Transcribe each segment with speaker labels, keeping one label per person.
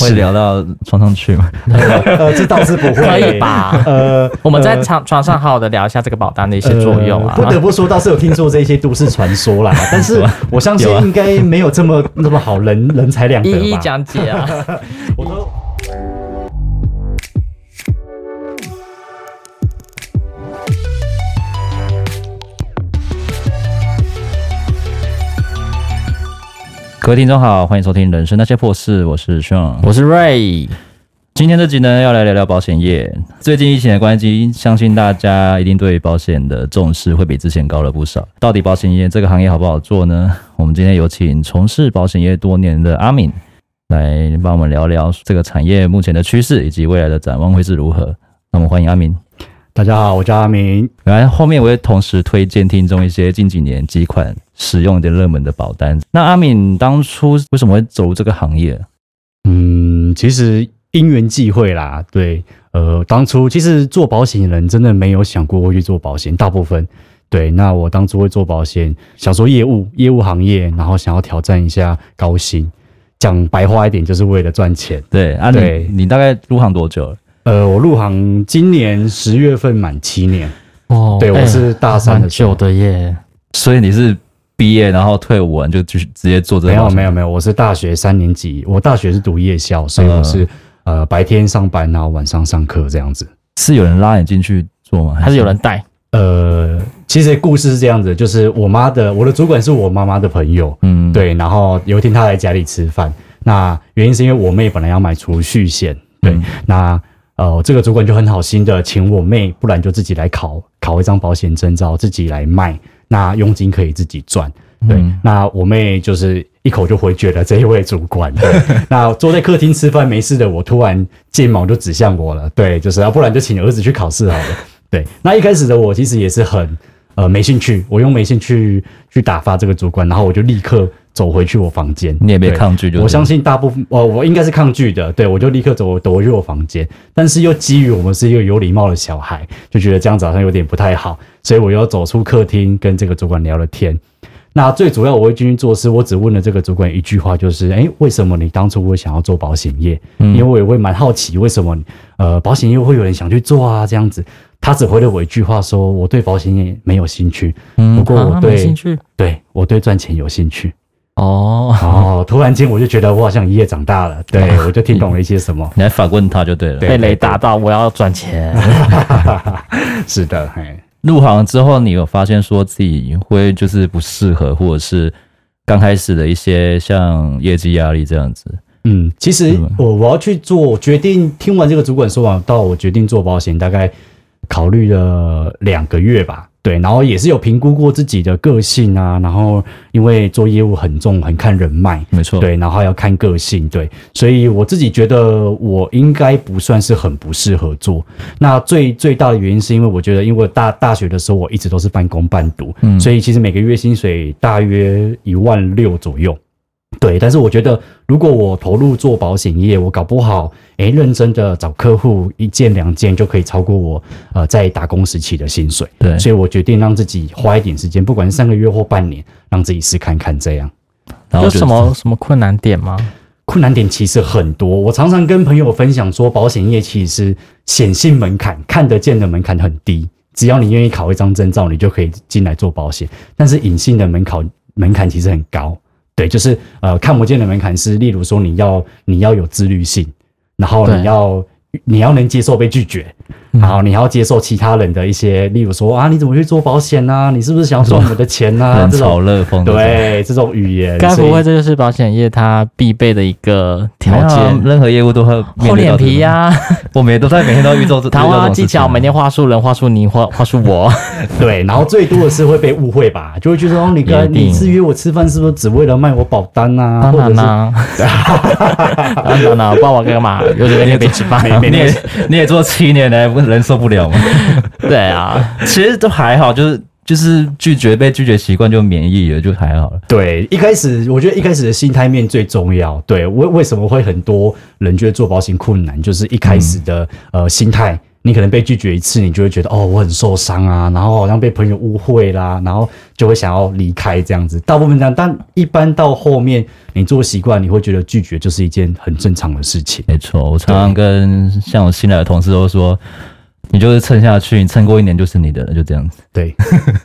Speaker 1: 会聊到床上去吗？
Speaker 2: 呃，这倒是不会，
Speaker 3: 可以？吧？
Speaker 2: 呃，
Speaker 3: 我们在
Speaker 2: 呃
Speaker 3: 床床上好好的聊一下这个保单的一些作用啊
Speaker 2: 呃。不得不说，倒是有听说这些都市传说 啦，但是
Speaker 3: 啊
Speaker 2: 我相信应该没有这么那么好人人财两得吧。
Speaker 3: 一一讲解啊，
Speaker 2: 我都。
Speaker 1: 各位听众好，欢迎收听《人生那些破事》，我是 Sean。
Speaker 3: 我是 Ray，
Speaker 1: 今天这集呢，要来聊聊保险业。最近疫情的关系，相信大家一定对保险的重视会比之前高了不少。到底保险业这个行业好不好做呢？我们今天有请从事保险业多年的阿敏来帮我们聊聊这个产业目前的趋势以及未来的展望会是如何。那我们欢迎阿敏。
Speaker 2: 大家好，我叫阿明。
Speaker 1: 然后后面我会同时推荐听众一些近几年几款使用的热门的保单。那阿敏当初为什么会走入这个行业？
Speaker 2: 嗯，其实因缘际会啦，对，呃，当初其实做保险的人真的没有想过会去做保险，大部分。对，那我当初会做保险，想说业务业务行业，然后想要挑战一下高薪，讲白话一点，就是为了赚钱。
Speaker 1: 对，啊你
Speaker 2: 对
Speaker 1: 你大概入行多久了？
Speaker 2: 呃，我入行今年十月份满七年，
Speaker 3: 哦
Speaker 2: 对我是大三
Speaker 3: 蛮
Speaker 2: 的时候
Speaker 3: 久的耶，
Speaker 1: 所以你是毕业然后退伍完就继续直接做这个
Speaker 2: 没有
Speaker 1: 保险？
Speaker 2: 没有没有，我是大学三年级，我大学是读夜校，所以我是、呃白天上班，然后晚上上课这样子。
Speaker 1: 是有人拉你进去做吗？
Speaker 3: 还是有人带？
Speaker 2: 呃，其实故事是这样子，就是我妈的，我的主管是我妈妈的朋友，
Speaker 1: 嗯，
Speaker 2: 对，然后有一天她来家里吃饭，那原因是因为我妹本来要买储蓄险，对，
Speaker 1: 嗯
Speaker 2: 那呃这个主管就很好心的请我妹，不然就自己来考考一张保险证照，自己来卖，那佣金可以自己赚，对，
Speaker 1: 嗯
Speaker 2: 那我妹就是一口就回绝了这一位主管。 对，那坐在客厅吃饭没事的我，突然剑矛就指向我了。对，就是啊要、不然就请儿子去考试好了。对，那一开始的我其实也是很呃没兴趣，我用没兴趣去打发这个主管，然后我就立刻走回去我房间。
Speaker 1: 你也没
Speaker 2: 对
Speaker 1: 抗拒就
Speaker 2: 我
Speaker 1: 是。
Speaker 2: 相信大部分，呃，我应该是抗拒的，对我就立刻走躲回去我房间，但是又基于我们是一个有礼貌的小孩，就觉得这样子好像有点不太好，所以我又走出客厅跟这个主管聊了天。那最主要我会进去做事，我只问了这个主管一句话，就是，哎、为什么你当初会想要做保险业？
Speaker 3: 嗯
Speaker 2: 因为我也会蛮好奇，为什么呃保险业会有人想去做啊？这样子，他只回了我一句话说，我对保险业没有兴趣，不过我
Speaker 3: 啊
Speaker 2: 对、
Speaker 3: 没兴趣
Speaker 2: 对我对赚钱有兴趣。
Speaker 3: 哦，
Speaker 2: 哦，突然间我就觉得我好像一夜长大了，对我就听懂了一些什么
Speaker 1: 你还反问他就对了。
Speaker 2: 对
Speaker 3: 被雷打到，我要赚钱。
Speaker 2: 是的，嘿，
Speaker 1: 入行之后，你有发现说自己会就是不适合，或者是刚开始的一些像业绩压力这样子？
Speaker 2: 嗯，其实
Speaker 1: 是吧
Speaker 2: 我我要去做我决定，听完这个主管说完，到我决定做保险，大概考虑了两个月吧。对，然后也是有评估过自己的个性啊，然后因为做业务很重，很看人脉，
Speaker 1: 没错，，
Speaker 2: 对，然后还要看个性，对，所以我自己觉得我应该不算是很不适合做。那最最大的原因是因为我觉得，因为我大大学的时候我一直都是半工半读，
Speaker 1: 嗯
Speaker 2: 所以其实每个月薪水大约一万六左右。对，但是我觉得，如果我投入做保险业，我搞不好，诶，认真的找客户一件两件就可以超过我呃在打工时期的薪水。
Speaker 1: 对
Speaker 2: 所以我决定让自己花一点时间，不管是三个月或半年，让自己试看看这样。
Speaker 1: 然后
Speaker 3: 有
Speaker 1: 就
Speaker 3: 什么什么困难点吗？
Speaker 2: 困难点其实很多。我常常跟朋友分享说，保险业其实显性门槛、看得见的门槛很低，只要你愿意考一张证照，你就可以进来做保险。但是隐性的门槛门槛其实很高，对，就是呃看不见的门槛是，例如说你要你要有自律性，然后
Speaker 3: 对嗯
Speaker 2: 你要你要能接受被拒绝，然后你还要接受其他人的一些，例如说啊你怎么去做保险啊？你是不是想要赚我们的钱啊？
Speaker 1: 冷
Speaker 2: 这
Speaker 1: 嘲
Speaker 2: 种
Speaker 1: 热讽的这种。
Speaker 2: 对这种语言，
Speaker 3: 该
Speaker 2: 所以
Speaker 3: 不会这就是保险业它必备的一个条
Speaker 1: 没有啊
Speaker 3: 件？
Speaker 1: 任何业务都会面对到
Speaker 3: 厚脸皮
Speaker 1: 啊
Speaker 3: 呀、
Speaker 1: 这种，我啊每都在每天 都遇到这
Speaker 3: 谈话技巧，每
Speaker 1: 每
Speaker 3: 天话术人，话术你，话话术我。
Speaker 2: 对，然后最多的是会被误会吧，就会觉得哦，你
Speaker 3: 嗯一
Speaker 2: 跟
Speaker 3: 定
Speaker 2: 你是约我吃饭，是不是只为了卖我保单啊？
Speaker 3: 当
Speaker 2: 或
Speaker 3: 然
Speaker 2: 者是
Speaker 3: 啦、当然啦、不知道我干嘛，又在那边吃饭。
Speaker 1: 你 也你也做七年了，不是人受不了吗？
Speaker 3: 对啊，
Speaker 1: 其实都还好，就是就是拒绝被拒绝习惯就免疫了，就还好了。
Speaker 2: 对，一开始我觉得一开始的心态面最重要。
Speaker 3: 嗯
Speaker 2: 对，为为什么会很多人觉得做保险困难，就是一开始的、呃心态。你可能被拒绝一次，你就会觉得哦，我很受伤啊，然后好像被朋友误会啦，然后就会想要离开这样子。大部分这样，但一般到后面你做习惯，你会觉得拒绝就是一件很正常的事情。
Speaker 1: 没错，我常常跟像我新来的同事都说，你就是撑下去，你撑过一年就是你的了，就这样子。
Speaker 2: 对，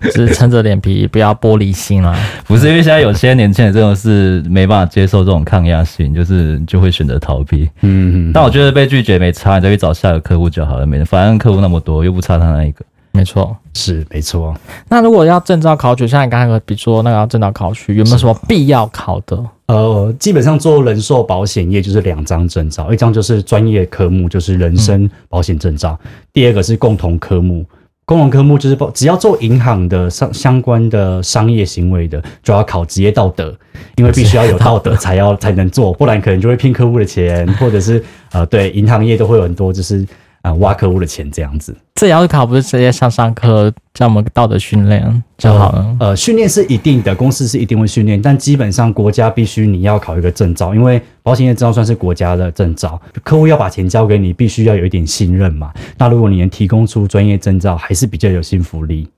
Speaker 3: 就是撑着脸皮，不要玻璃心啊啦。
Speaker 1: 不是因为现在有些年轻人真的是没办法接受这种抗压性，就是就会选择逃避。
Speaker 2: 嗯，
Speaker 1: 但我觉得被拒绝没差，你再去找下一个客户就好了，没反正客户那么多，又不差他那一个。
Speaker 3: 没错。
Speaker 2: 是没错。
Speaker 3: 那如果要证照考取，像你刚才有比如说那个证照考取，有没有什么必要考的？
Speaker 2: 呃，基本上做人寿保险业就是两张证照，一张就是专业科目，就是人身保险证照；第二个是共同科目。共同科目就是包，只要做银行的相相关的商业行为的，就要考职业道德，因为必须要有道德才要才能做，不然可能就会骗客户的钱，或者是呃，对银行业都会有很多就是啊、呃挖客户的钱这样子。
Speaker 3: 这也要考，不是直接上上课叫我们道德训练就
Speaker 1: 嗯
Speaker 3: 好了。
Speaker 2: 呃，训练是一定的，公司是一定会训练，但基本上国家必须你要考一个证照，因为保险业证照算是国家的证照，客户要把钱交给你，必须要有一点信任嘛。那如果你能提供出专业证照，还是比较有信服力。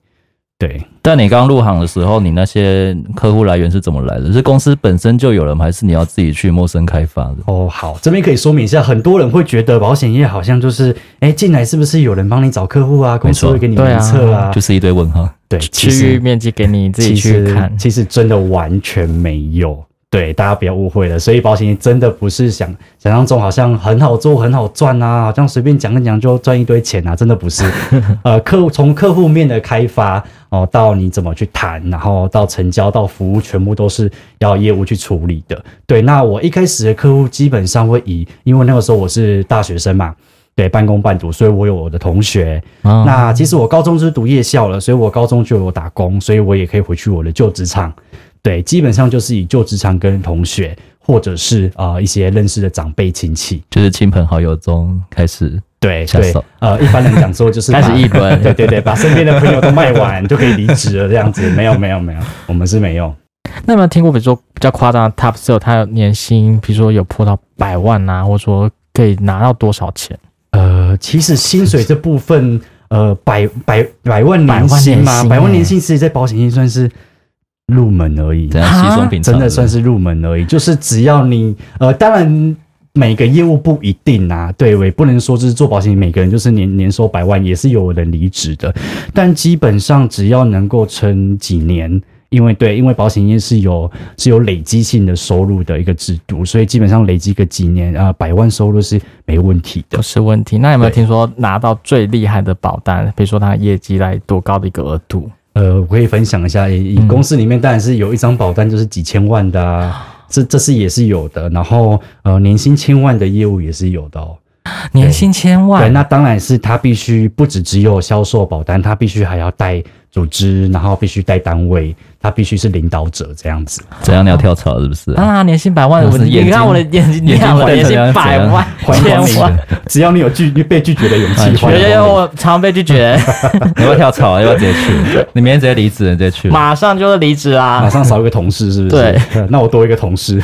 Speaker 2: 对，
Speaker 1: 但你刚入行的时候，你那些客户来源是怎么来的？是公司本身就有了吗？还是你要自己去陌生开发的？
Speaker 2: 哦，好，这边可以说明一下，很多人会觉得保险业好像就是，哎，进来是不是有人帮你找客户啊？公司
Speaker 1: 没错
Speaker 2: 会给你
Speaker 3: 对啊
Speaker 2: 名册啊？
Speaker 1: 就是一堆问号。
Speaker 2: 对，其实
Speaker 3: 区域面积给你自己去看。
Speaker 2: 其实。其实真的完全没有，对大家不要误会了。所以保险业真的不是想想象中好像很好做、很好赚啊，好像随便讲一讲就赚一堆钱啊，真的不是。 呃，客户从客户面的开发哦，到你怎么去谈，然后到成交到服务，全部都是要业务去处理的。对，那我一开始的客户基本上会以，因为那个时候我是大学生嘛。对，半工半读，所以我有我的同学，
Speaker 3: 嗯
Speaker 2: 那其实我高中就是读夜校了，所以我高中就有打工，所以我也可以回去我的旧职场。对，基本上就是以旧职场跟同学，或者是呃一些认识的长辈亲戚。
Speaker 1: 就是亲朋好友中开始
Speaker 2: 对
Speaker 1: 下
Speaker 2: 对
Speaker 1: 手，
Speaker 2: 呃，一般人讲说 就是
Speaker 3: 开始
Speaker 2: 把
Speaker 3: 议论
Speaker 2: 对对对， 把身边的朋友都卖完就可以离职了这样子。没有没有没有，我们是没有。
Speaker 3: 那有没有听过，比如说比较夸张的 Top Sale，它有年薪，比如说有破到百万啊，或者说可以拿到多少钱？
Speaker 2: 呃，其实薪水这部分，呃，百百百万年薪嘛，
Speaker 3: 百
Speaker 2: 百
Speaker 3: 万
Speaker 2: 万
Speaker 3: 年薪
Speaker 2: 年薪其实在保险业算是入门而
Speaker 3: 啊
Speaker 2: 已。
Speaker 1: 怎样稀松平常，
Speaker 2: 真的算是入门而已。就是只要你呃，当然每个业务不一定啊，对，我也不能说就是做保险每个人就是年年收百万，也是有人离职的。但基本上只要能够撑几年。因为对，因为保险业是有是有累积性的收入的一个制度，所以基本上累积个几年啊、呃百万收入是没问题的
Speaker 3: 不。是问题。那有没有
Speaker 2: 对
Speaker 3: 听说拿到最厉害的保单？比如说它的业绩来多高的一个额度？
Speaker 2: 呃，我可以分享一下，以以
Speaker 3: 嗯
Speaker 2: 公司里面当然是有一张保单就是几千万的啊，这这是也是有的。然后呃，年薪千万的业务也是有的哦。
Speaker 3: 年薪千
Speaker 2: 对，
Speaker 3: 万，啊
Speaker 2: 那当然是他必须不只只有销售保单，他必须还要带组织，然后必须带单位，他必须是领导者这样 子。
Speaker 1: 怎样？你要跳槽是不是？
Speaker 3: 当
Speaker 2: 啊
Speaker 3: 然年薪百万，
Speaker 1: 那
Speaker 3: 我
Speaker 1: 是眼睛
Speaker 3: 你看我的眼睛，你
Speaker 1: 眼睛
Speaker 3: 看我的
Speaker 1: 坏
Speaker 3: 年
Speaker 1: 成
Speaker 3: 薪
Speaker 1: 这样
Speaker 3: 百万
Speaker 2: 欢迎
Speaker 3: 千
Speaker 2: 光临
Speaker 3: 万，
Speaker 2: 只要你有拒被拒绝的 勇气，
Speaker 1: 哎
Speaker 2: 欢
Speaker 3: 有
Speaker 2: 迎
Speaker 3: 有
Speaker 2: 光临。
Speaker 3: 有，我常被拒 绝，
Speaker 1: 你要不要跳槽？要不要直接去？你明天直接离职，你直接去。
Speaker 3: 马上就是离职啊
Speaker 2: 马！ 上少一个同事是不是？
Speaker 3: 对
Speaker 2: 呃，那我多一个同事。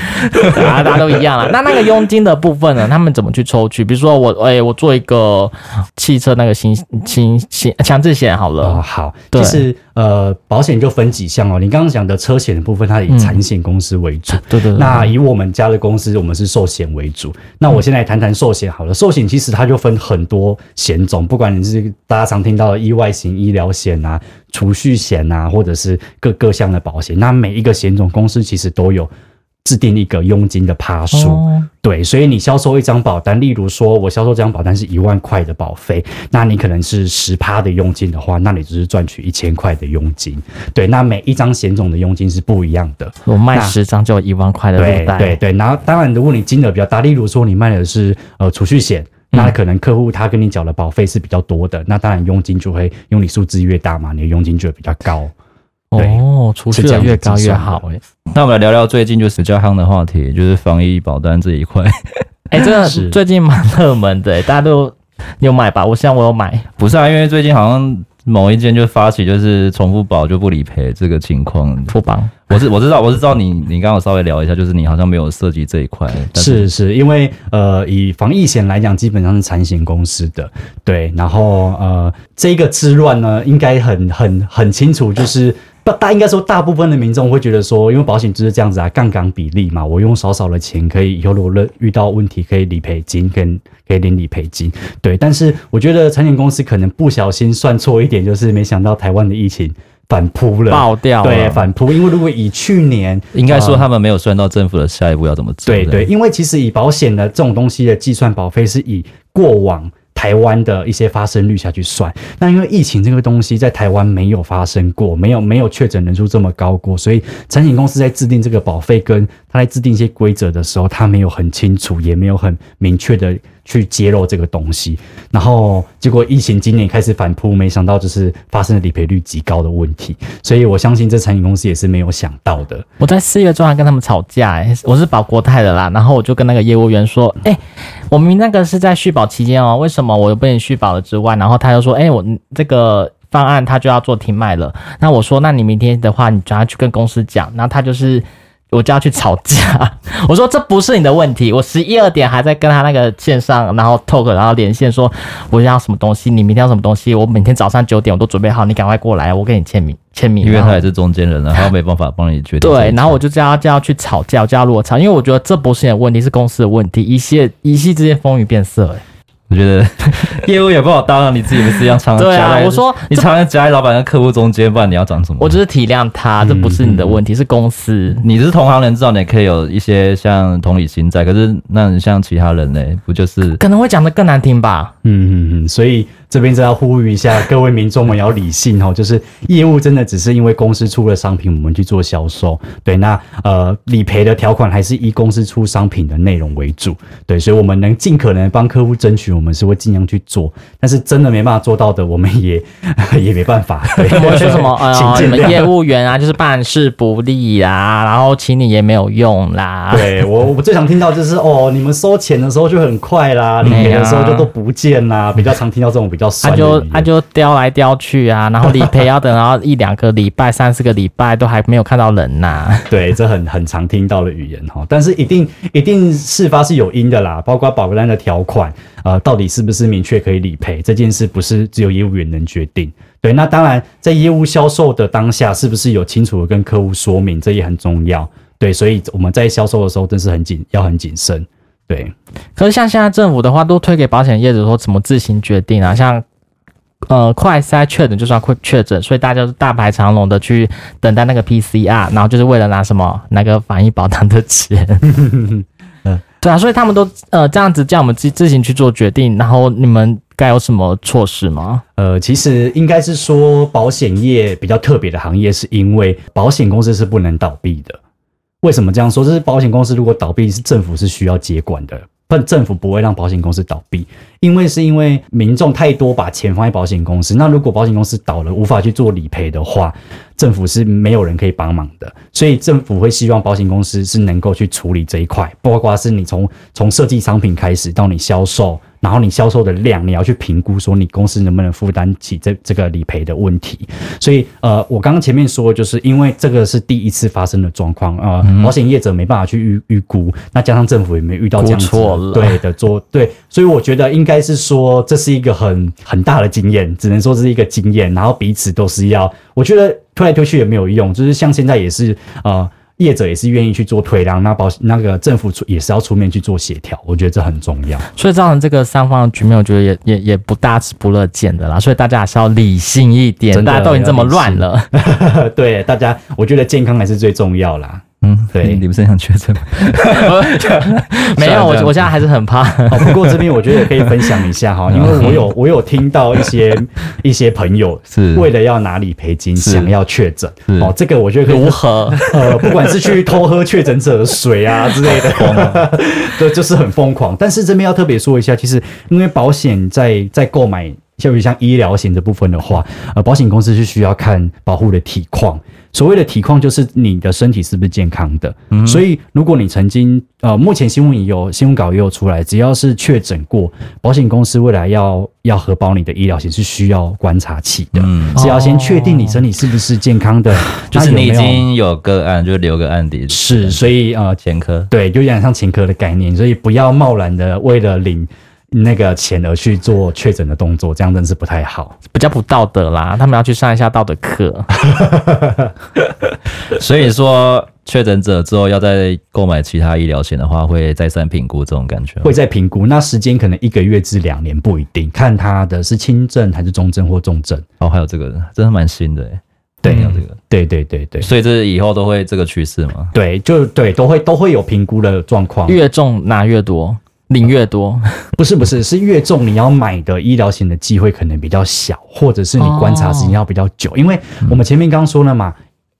Speaker 3: 啊，大家都一样啦。那那个佣金的部分呢？他们怎么去抽取？比如说我，哎、我做一个汽车那个新新新强制险好
Speaker 2: 哦，
Speaker 3: 了，
Speaker 2: 好，
Speaker 3: 对
Speaker 2: 其实呃，保险就分几项哦。你刚刚讲的车险的部分，它
Speaker 3: 嗯
Speaker 2: 以产险公司为主。
Speaker 3: 对对对，
Speaker 2: 那以我们家的公司，我们是寿险为主。那我先来谈谈寿险好了。寿险其实它就分很多险种，不管你是大家常听到的意外型医疗险啊、储蓄险啊，或者是各各项的保险，那每一个险种公司其实都有制定一个佣金的趴数。
Speaker 3: 哦
Speaker 2: 对，所以你销售一张保单，例如说我销售这张保单是一万块的保费，那你可能是十趴的佣金的话，那你只是赚取一千块的佣金。对，那每一张险种的佣金是不一样的。
Speaker 3: 我卖
Speaker 2: 那
Speaker 3: 十张就有一万块的
Speaker 2: 对
Speaker 3: 入袋，
Speaker 2: 对对，然后当然，如果你金额比较大，例如说你卖的是呃储蓄险，那可能客户他跟你缴的保费是比较多的，那当然佣金就会，因为你数字越大嘛，你的佣金就会比较高。对
Speaker 3: 哦，储蓄
Speaker 2: 是这样
Speaker 3: 的
Speaker 2: 子
Speaker 3: 越高
Speaker 2: 计
Speaker 3: 越
Speaker 2: 算的
Speaker 3: 好、哎
Speaker 1: 那我们来聊聊最近就是比较夯的话题，就是防疫保单这一块。
Speaker 3: 哎、真的
Speaker 2: 是
Speaker 3: 最近蛮热门的、哎大家都你有买吧？我现在我有买，
Speaker 1: 不是啊，因为最近好像某一间就发起就是重复保就不理赔这个情况。
Speaker 3: 富邦
Speaker 1: 我是我知道我是知道你你刚刚有稍微聊一下，就是你好像没有涉及这一块，但
Speaker 2: 是是，因为呃，以防疫险来讲，基本上是产险公司的对，然后呃，这个之乱呢，应该很很很清楚，就是不大应该说大部分的民众会觉得说，因为保险就是这样子啊，杠杆比例嘛，我用少少的钱可以以后如果认遇到问题可以理赔金，跟可以领理赔金，对，但是我觉得产险公司可能不小心算错一点，就是没想到台湾的疫情反扑了，
Speaker 3: 爆掉了
Speaker 2: 对，反扑，因为如果以去年
Speaker 1: 应该说他们没有算到政府的下一步要怎么做。
Speaker 2: 对对，，因为其实以保险的这种东西的计算保费是以过往。台湾的一些发生率下去算，那因为疫情这个东西在台湾没有发生过，没有没有确诊人数这么高过，所以产险公司在制定这个保费跟他在制定一些规则的时候，他没有很清楚，也没有很明确的去揭露这个东西。然后结果疫情今年开始反扑，没想到就是发生了理赔率极高的问题，所以我相信这产险公司也是没有想到的。
Speaker 3: 我在四月中还跟他们吵架、欸，我是保国泰的啦，然后我就跟那个业务员说，哎、我明明那个是在续保期间哦，为什么我又被你续保了之外，然后他又说，哎、我这个方案他就要做停卖了，那我说，那你明天的话，你就要去跟公司讲，然后他就是。我就要去吵架， 我说这不是你的问题。我十一二点还在跟他那个线上，然后 talk，然后连线说我要什么东西，你明天要什么东西，我每天早上九点我都准备好，你赶快过来，我给你签名签名。
Speaker 1: 因为
Speaker 3: 然后
Speaker 1: 他也是中间人了，他没办法帮你决定这一切。
Speaker 3: 对，然后我就叫他叫他去吵架，我叫他落场，因为我觉得这不是你的问题，是公司的问题。一夕一夕之间风云变色、欸，
Speaker 1: 我觉得业务也不好当啊，你自己不是一样常常
Speaker 3: 对啊
Speaker 1: 夹在
Speaker 3: 我说
Speaker 1: 你常常夹在老板跟客户中间，不然你要讲什么？
Speaker 3: 我只是体谅他，这不
Speaker 2: 嗯
Speaker 3: 是你的问题，是公司。
Speaker 1: 你是同行人，至少你可以有一些像同理心在。可是那你像其他人呢，不就是
Speaker 3: 可能会讲的更难听吧，
Speaker 2: 嗯嗯嗯，所以这边真的要呼吁一下各位民众们要理性哦，就是业务真的只是因为公司出了商品，我们去做销售，对，那呃理赔的条款还是以公司出商品的内容为主，对，所以我们能尽可能帮客户争取，我们是会尽量去做，但是真的没办法做到的，我们也 也没办法，对，
Speaker 3: 我们说什么呃
Speaker 2: 请，
Speaker 3: 你
Speaker 2: 见
Speaker 3: 们业
Speaker 2: 谅。
Speaker 3: 务员啊，就是办事不力啦，然后请你也没有用啦。
Speaker 2: 对我，我最常听到就是哦，你们收钱的时候就很快啦，理赔的时候就都不见啦，比较常听到这种比较
Speaker 3: 嗯他
Speaker 2: 酸的语
Speaker 3: 就
Speaker 2: 言。
Speaker 3: 他就刁来刁去啊，然后理赔要等到一两个礼拜、 三四个礼拜都还没有看到人呐、
Speaker 2: 对，这很很常听到的语言哈，但是一定一定事发是有因的啦，包括保单的条款，呃，到底是不是明确可以理赔这件事，不是只有业务员能决定。对，那当然在业务销售的当下，是不是有清楚的跟客户说明，这也很重要。对，所以我们在销售的时候，真是很谨要很谨慎。对，
Speaker 3: 可是像现在政府的话，都推给保险业者说怎么自行决定啊，像。呃，快筛确诊就是要快确诊，所以大家都大排长龙的去等待那个 PCR，然后就是为了拿什么拿个防疫保单的钱。对啊，所以他们都呃这样子叫我们自自行去做决定，然后你们该有什么措施吗？
Speaker 2: 呃，其实应该是说保险业比较特别的行业，是因为保险公司是不能倒闭的。为什么这样说？就是保险公司如果倒闭，是政府是需要接管的，但政府不会让保险公司倒闭，因为是因为民众太多把钱放在保险公司。那如果保险公司倒了，无法去做理赔的话，政府是没有人可以帮忙的，所以政府会希望保险公司是能够去处理这一块，包括是你从从设计商品开始到你销售，然后你销售的量，你要去评估说你公司能不能负担起这这个理赔的问题。所以呃，我刚刚前面说，就是因为这个是第一次发生的状况，呃，保险业者没办法去预预估，那加上政府也没遇到这样子
Speaker 3: 估错了
Speaker 2: 对对的做对，所以我觉得应该是说这是一个很 很大的经验，只能说这是一个经验，然后彼此都是要，我觉得推来推去也没有用，就是像现在也是呃。业者也是愿意去做推让，那保那个政府出也是要出面去做协调，我觉得这很重要。
Speaker 3: 所以造成这个三方的局面，我觉得也也也不大是不乐见的啦。所以大家还是要理性一点，
Speaker 2: 真的
Speaker 3: 大家都已经这么
Speaker 2: 要理性
Speaker 3: 乱了。
Speaker 2: 呃对大家，我觉得健康还是最重要啦。
Speaker 1: 嗯，
Speaker 2: 对
Speaker 1: 你你不是很缺这个？
Speaker 3: 没有，
Speaker 1: 算了
Speaker 3: 我
Speaker 1: 算了
Speaker 3: 我现在还是很怕。
Speaker 2: 哦，不过这边我觉得也可以分享一下哈，
Speaker 1: 嗯
Speaker 2: 因为我有我有听到一些 一些朋友
Speaker 1: 是
Speaker 2: 为了要拿理赔金
Speaker 1: 是
Speaker 2: 想要确诊
Speaker 1: 是，
Speaker 2: 哦，这个我觉得可以
Speaker 3: 如何？
Speaker 2: 呃，不管是去偷喝确诊者的水啊之 类的，对，就是很疯狂。但是这边要特别说一下，其实因为保险在在购买像比如像医疗型的部分的话，呃，保险公司是需要看保护的体况。所谓的体况就是你的身体是不是健康的。
Speaker 1: 嗯
Speaker 2: 所以如果你曾经呃，目前新闻也有新闻稿也有出来，只要是确诊过，保险公司未来要要核保你的医疗险是需要观察期的，
Speaker 1: 嗯，
Speaker 2: 是要先确定你身体是不是健康的，
Speaker 1: 就
Speaker 2: 那
Speaker 1: 是
Speaker 2: 有
Speaker 1: 你已
Speaker 2: 没有
Speaker 1: 经有个案，就留个案底
Speaker 2: 是，所以呃，
Speaker 1: 前 科。
Speaker 2: 对，就有点像前科的概念，所以不要贸然的为了领那个钱而去做确诊的动作，这样真是不太好。
Speaker 3: 比较不道德啦，他们要去上一下道德课。
Speaker 1: 所以说，确诊者之后要再购买其他医疗险的话，会再三评估这种感觉吗。
Speaker 2: 会再评估，那时间可能一个月至两年不一定，看他的是轻症还是中症或重症。
Speaker 1: 哦，还有这个，真的蛮新的欸。
Speaker 2: 对
Speaker 1: 还有这个，
Speaker 2: 对对对对
Speaker 1: 所以这以后都会这个趋势吗？
Speaker 2: 对，就对，都会都会有评估的状况。
Speaker 3: 越重拿越多，领 越多。
Speaker 2: 不是不是，是越重你要买的医疗险的机会可能比较小，或者是你观察时间要比较久，
Speaker 3: 嗯
Speaker 2: 因为我们前面刚刚说了嘛。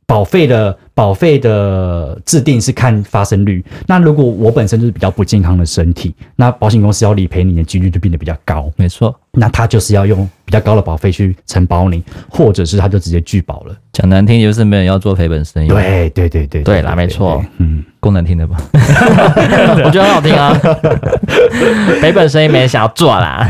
Speaker 2: 保费的保费的制定是看发生率，那如果我本身就是比较不健康的身体，那保险公司要理赔你的几率就变得比较高，
Speaker 1: 没错，
Speaker 2: 那他就是要用比较高的保费去承保你，或者是他就直接拒保了。
Speaker 1: 讲难听就是没有人要做赔本生意，，
Speaker 2: 对对对对
Speaker 3: 对啦没错，
Speaker 2: 嗯，
Speaker 1: 够难听的吧？
Speaker 3: 我觉得很好听 啊。北本生意没人想要做啦，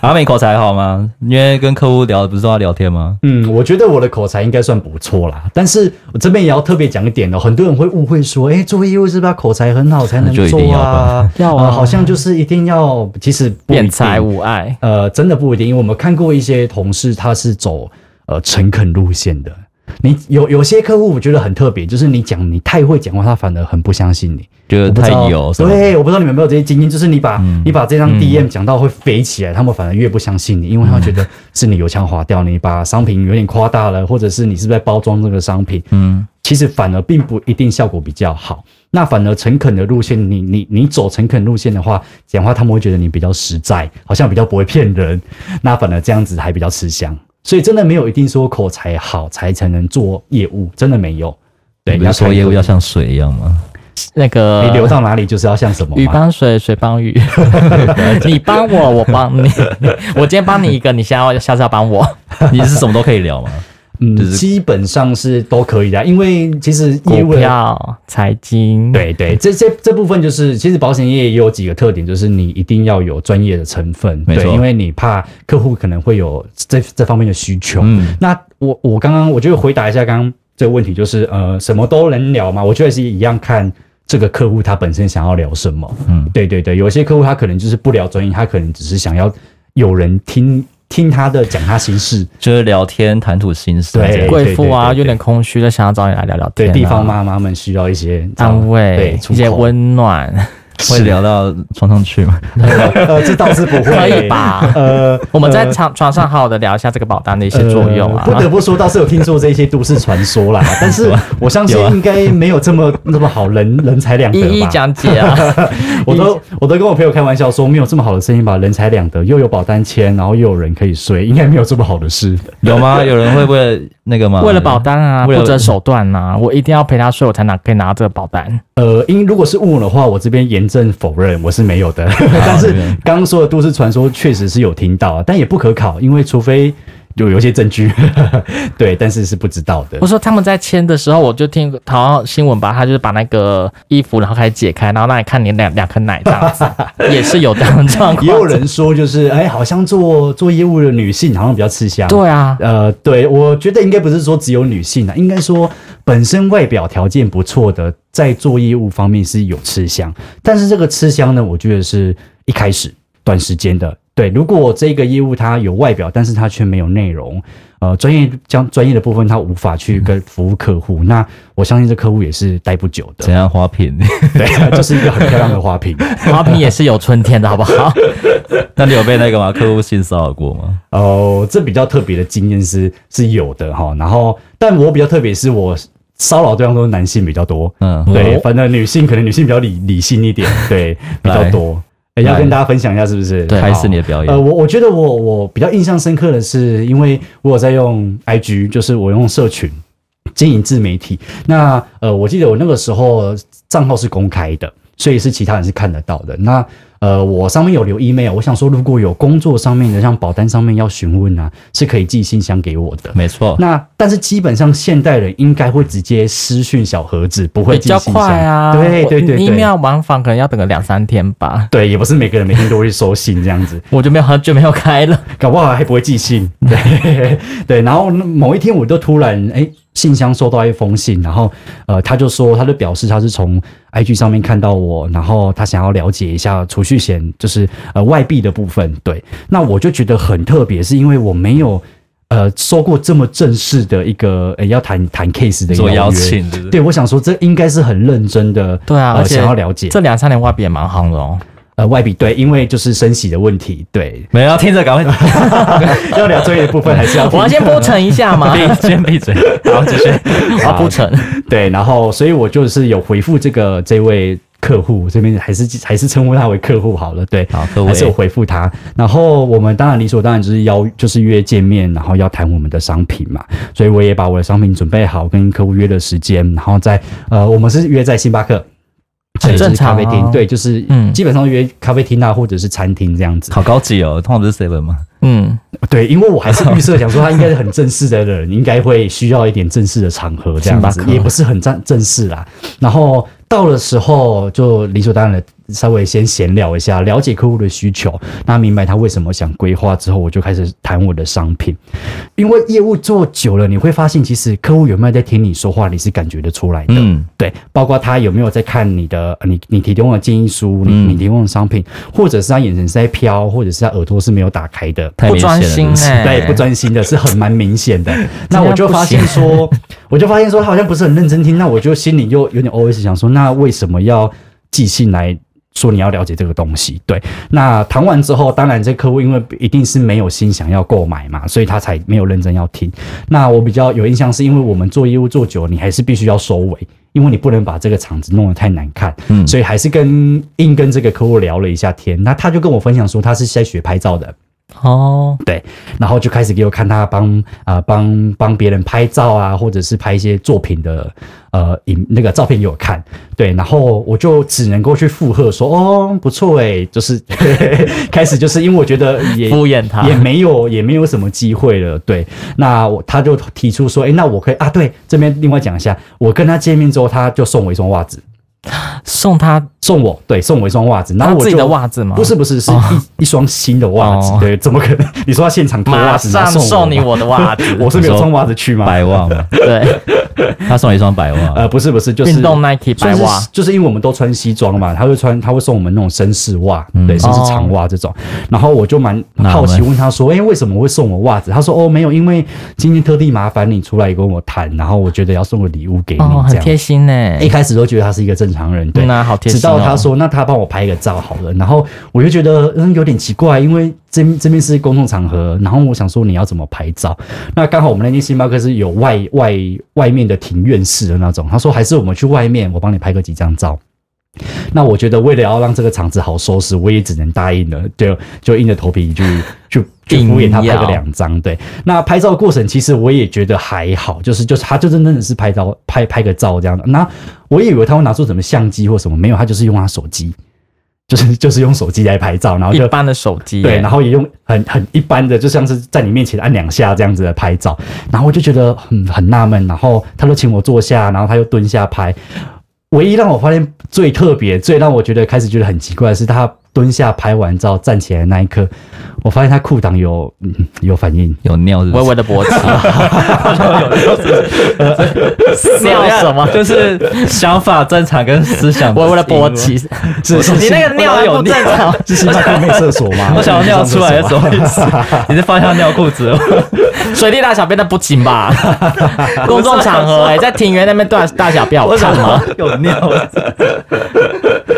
Speaker 1: 阿美口才好吗？因为跟客户聊，不是说要聊天吗？
Speaker 2: 嗯，我觉得我的口才应该算不错啦，但是我这边也要特别讲一点哦，很多人会误会说，哎，做业务是不是要口才很好才能
Speaker 1: 那就一定
Speaker 2: 做
Speaker 1: 要
Speaker 2: 啊
Speaker 1: 吧？
Speaker 3: 要啊
Speaker 2: 呃好像就是一定要，其实不一
Speaker 3: 辩
Speaker 2: 定
Speaker 3: 才无碍。
Speaker 2: 呃，真的不一定，因为我们看过一些同事，他是走呃诚恳路线的。你有有些客户我觉得很特别，就是你讲你太会讲话，他反而很不相信你。
Speaker 1: 觉得
Speaker 2: 我不
Speaker 1: 太
Speaker 2: 知道
Speaker 1: 油，什么嗯
Speaker 2: 对，我不知道你们有没有这些经验，就是你把、你把这张 DM 讲到会飞起来，他们反而越不相信你，因为他觉得是你油腔滑调，你把商品有点夸大了，或者是你是不是在包装这个商品，
Speaker 1: 嗯，
Speaker 2: 其实反而并不一定效果比较好。那反而诚恳的路线，你你你走诚恳路线的话，讲话他们会觉得你比较实在，好像比较不会骗人。那反而这样子还比较吃香。所以真的没有一定说口才好才才能做业务，真的没有。对，
Speaker 1: 你不是说
Speaker 2: 看
Speaker 1: 业务
Speaker 2: 个
Speaker 1: 要像水一样吗？
Speaker 3: 那个
Speaker 2: 你流到哪里就是要像什么
Speaker 3: 鱼
Speaker 2: 嘛。
Speaker 3: 帮水，水 帮鱼。你帮我，我帮你。我今天帮你一个，你下要下次要帮我。
Speaker 1: 你是什么都可以聊 吗？
Speaker 2: 嗯
Speaker 1: 就，是
Speaker 2: 基本上是都可以的， 啊因为其实业
Speaker 3: 股
Speaker 2: 务的
Speaker 3: 票、财经，，
Speaker 2: 对对，这这这部分就是，其实保险业也有几个特点，就是你一定要有专业的成分，
Speaker 1: 没
Speaker 2: 对，
Speaker 1: 错
Speaker 2: 因为你怕客户可能会有这这方面的需求。
Speaker 1: 嗯，
Speaker 2: 那我我刚刚我就回答一下刚刚这个问题，就是呃，什么都能聊嘛？我觉得是一样看。这个客户他本身想要聊什么？
Speaker 1: 嗯
Speaker 2: 嗯，对对对，有些客户他可能就是不聊专业，他可能只是想要有人听听他的讲他心事，
Speaker 1: 就是聊天谈吐心事，
Speaker 2: 对
Speaker 1: 这样
Speaker 3: 贵妇
Speaker 2: 对
Speaker 3: 啊，
Speaker 2: 对对对
Speaker 3: 有点空虚的，想要找你来聊聊
Speaker 2: 对
Speaker 3: 天啊，
Speaker 2: 地方妈妈们需要一些
Speaker 3: 安
Speaker 2: 对
Speaker 3: 慰，
Speaker 2: 出
Speaker 3: 一些
Speaker 2: 口
Speaker 3: 温暖。
Speaker 1: 会聊到床上去吗？
Speaker 2: 呃，这倒是不会，
Speaker 3: 可以吧
Speaker 2: 呃，
Speaker 3: 我们在床床上好好的聊一下这个保单的一些作用啊
Speaker 2: 呃。不得不说，倒是有听说这些都市传说 啦，但是
Speaker 3: 啊
Speaker 2: 我相信应该没有这么那么好人 人财两
Speaker 3: 一
Speaker 2: 得
Speaker 3: 一
Speaker 2: 吧。
Speaker 3: 讲解啊，
Speaker 2: 我都我都跟我朋友开玩笑说，没有这么好的生意吧，人财两得，又有保单签，然后又有人可以睡，应该没有这么好的事。
Speaker 1: 有吗？有人会为了那个吗？
Speaker 3: 为了保单啊，不
Speaker 1: 为了
Speaker 3: 择手段呐，我一定要陪他睡，我才拿可以拿到这个保 单。
Speaker 2: 呃，因如果是问我的话，我这边严正否认，我是没有的。但是刚刚说的都市传说确实是有听到，啊但也不可考，因为除非有有一些证据， 对，但是是不知道的
Speaker 3: 我。说他们在签的时候，我就听好像新闻吧，他就是把那个衣服然后开始解开，然后让你看你两两颗奶这 样子，也是有这啊样的状况。
Speaker 2: 也有人说，就是哎、好像做做业务的女性好像比较吃香。
Speaker 3: 对啊，
Speaker 2: 呃，对，我觉得应该不是说只有女性啊，应该说本身外表条件不错的，在做业务方面是有吃香，但是这个吃香呢，我觉得是一开始短时间的。对，如果这个业务它有外表，但是它却没有内容，呃，专业将专业的部分它无法去跟服务客户，那我相信这客户也是待不久的
Speaker 1: 怎。样花瓶？
Speaker 2: 对，就是一个很漂亮的花瓶。
Speaker 3: 花瓶也是有春天的好不 好？
Speaker 1: 那你有被那个吗？客户性骚扰过吗？
Speaker 2: 哦，这比较特别的经验是是有的哈。然后，但我比较特别是我骚扰对象都是男性比较多，
Speaker 1: 嗯
Speaker 2: 对，反正女性可能女性比较理理性 一点，对，比较多。哎要跟大家分享一下是不是？
Speaker 1: 对
Speaker 2: 好
Speaker 1: 开始你的表演
Speaker 2: 呃，我我觉得我我比较印象深刻的是，因为我有在用 IG，就是我用社群经营自媒体。那呃，我记得我那个时候账号是公开的，所以是其他人是看得到的。那呃，我上面有留 email，我想说如果有工作上面的，像保单上面要询问啊，是可以寄信箱给我的。
Speaker 1: 没
Speaker 3: 哦
Speaker 1: 错，
Speaker 2: 那但是基本上现代人应该会直接私讯小盒子，不会
Speaker 3: 比
Speaker 2: 寄
Speaker 3: 较
Speaker 2: 信箱。
Speaker 3: 快啊。
Speaker 2: 对对对对
Speaker 3: 你 email 往返可能要等个两三天吧。
Speaker 2: 对，也不是每个人每天都会收信这样子，
Speaker 3: 我就没有很久没有开了，
Speaker 2: 搞不好还不会寄 信。对对，然后某一天我就突然哎、诶信箱收到一封信，然后呃，他就说，他就表示他是从 IG 上面看到我，然后他想要了解一下储蓄险就是呃外币的部分。对，那我就觉得很特别，是因为我没有。呃，收过这么正式的一个，呃，要谈谈 case 的一个
Speaker 1: 做邀
Speaker 2: 约
Speaker 1: 请是不是
Speaker 2: 对，我想说这应该是很认真的，
Speaker 3: 对啊，
Speaker 2: 呃
Speaker 3: 而且
Speaker 2: 想要了解
Speaker 3: 这两三年外币也蛮夯的哦。
Speaker 2: 呃外币，对，因为就是升息的问题，对，
Speaker 1: 没有要听着，赶 快
Speaker 2: 要聊专业的部分还 是要
Speaker 3: 我要先铺陈一下 嘛，
Speaker 1: 闭 先闭嘴，然后继续。
Speaker 3: 我要铺陈。
Speaker 2: 对，然后所以我就是有回复这个这位客户这边还是还是称呼他为客户好了，对，
Speaker 1: 好客户
Speaker 2: 还是
Speaker 1: A
Speaker 2: 有回复他。然后我们当然理所当然就是邀就是约见面，然后要谈我们的商品嘛，所以我也把我的商品准备好，跟客户约了时间，然后在呃我们是约在星巴克。
Speaker 3: 很
Speaker 2: 对就是
Speaker 3: 正常
Speaker 2: 咖啡厅
Speaker 3: 啊
Speaker 2: 对，就是
Speaker 3: 嗯
Speaker 2: 基本上约咖啡厅啊，或者是餐厅这样子。
Speaker 1: 好高级哦，通常都是 seven 嘛。
Speaker 3: 嗯，
Speaker 2: 对，因为我还是预设想说他应该是很正式的人，应该会需要一点正式的场合这样子
Speaker 3: 星巴，克
Speaker 2: 也不是很正正式啦。然后到的时候就理所当然的稍微先闲聊一下，了解客户的需求，那明白他为什么想规划之后，我就开始谈我的商品。因为业务做久了，你会发现其实客户有没有在听你说话，你是感觉得出来的。
Speaker 1: 嗯，
Speaker 2: 对，包括他有没有在看你的呃你你提供的建议书，
Speaker 1: 嗯
Speaker 2: 你你提供的商品，或者是他眼神是在飘，或者是他耳朵是没有打开的。
Speaker 1: 太
Speaker 3: 不
Speaker 1: 明显了
Speaker 3: 专心
Speaker 1: 是
Speaker 3: 哎，
Speaker 2: 对，不专心的是很蛮明显的。那我就发现说， 我就发现说他好像不是很认真听，那我就心里又有点 OS 想说，那为什么要寄信来？说你要了解这个东西，对。那谈完之后，当然这客户因为一定是没有心想要购买嘛，所以他才没有认真要听。那我比较有印象，是因为我们做业务做久了，你还是必须要收尾，因为你不能把这个场子弄得太难看。
Speaker 1: 嗯
Speaker 2: 所以还是跟硬跟这个客户聊了一下天。那他就跟我分享说，他是在学拍照的，
Speaker 3: 哦，
Speaker 2: 对，然后就开始给我看他帮啊帮帮别人拍照啊，或者是拍一些作品的呃影那个照片给我看，对，然后我就只能够去附和说哦不错诶，就是 开始就是因为我觉得也
Speaker 3: 敷衍他
Speaker 2: 也没有也没有什么机会了，对，那我他就提出说，诶，那我可以啊，对，这边另外讲一下，我跟他见面之后，他就送我一双袜子。
Speaker 3: 送他
Speaker 2: 送我对，送我一双袜子，然后
Speaker 3: 他
Speaker 2: 我
Speaker 3: 自己
Speaker 2: 就
Speaker 3: 的袜子吗
Speaker 2: 不是不是，是一、一双新的袜子。
Speaker 3: 哦
Speaker 2: 对，怎么可能？你说他现场脱袜
Speaker 3: 马
Speaker 2: 子，然
Speaker 3: 上
Speaker 2: 后送
Speaker 3: 送你
Speaker 2: 我吗
Speaker 3: 我的袜子，
Speaker 2: 我是没有穿袜子去吗？
Speaker 1: 白袜嘛，
Speaker 3: 对，
Speaker 1: 他送一双白袜，
Speaker 2: 呃，不是不是，就是
Speaker 3: 运动 Nike 白
Speaker 2: 算是
Speaker 3: 袜，
Speaker 2: 就是因为我们都穿西装嘛，他会穿，他会送我们那种绅士袜，
Speaker 3: 嗯
Speaker 2: 对，绅士长袜这种。
Speaker 3: 哦
Speaker 2: 然后我就蛮
Speaker 1: 纳闷
Speaker 2: 好奇问他说，哎、为什么会送我袜子？他说，哦，没有，因为今天特地麻烦你出来跟我谈，然后我觉得要送个礼物给你，
Speaker 3: 哦，
Speaker 2: 这
Speaker 3: 很
Speaker 2: 样。
Speaker 3: 贴心呢。
Speaker 2: 一开始都觉得他是一个正常人，对，
Speaker 3: 嗯啊，好贴
Speaker 2: 直
Speaker 3: 心。
Speaker 2: 到他，说，那他帮我拍一个照好了，然后我就觉得嗯有点奇怪，因为这这边是公众场合，然后我想说你要怎么拍照？那刚好我们那间星巴克是有外 外外面的庭院式的那种，他说还是我们去外面，我帮你拍个几张照。那我觉得为了要让这个场子好收拾，我也只能答应了，就就硬着头皮去
Speaker 3: 嗯
Speaker 2: 去去敷衍他拍
Speaker 3: 硬
Speaker 2: 个
Speaker 3: 要
Speaker 2: 两张。对，那拍照过程其实我也觉得还好，就是就是他就真的是拍照拍拍个照这样的。那我以为他会拿出什么相机或什么，没有，他就是用他手机，就是就是用手机来拍照，然后
Speaker 3: 一
Speaker 2: 就。
Speaker 3: 般的手机耶，
Speaker 2: 对，然后也用很很一般的，就像是在你面前按两下这样子的拍照，然后我就觉得很很纳闷，然后他就请我坐下，然后他又蹲下拍。唯一让我发现最特别、最让我觉得开始觉得很奇怪的是，他蹲下拍完照站起来的那一刻，我发现他裤裆有、嗯、有反应，
Speaker 1: 有尿是不
Speaker 3: 微
Speaker 1: 是？
Speaker 3: 微的脖子，尿什么？
Speaker 1: 就是想法正常跟思 想
Speaker 3: 微微的勃起，
Speaker 2: 是是
Speaker 3: 你那个尿还不正常，
Speaker 2: 是星巴克内厕所吗？
Speaker 1: 我想要尿出来是什么意 思？你是放下尿裤子了？
Speaker 3: 水滴大小便的不行吧？公众场合哎，在庭园那边大大小便，我
Speaker 1: 我
Speaker 3: 看
Speaker 1: 想
Speaker 3: 吗？
Speaker 1: 说有尿，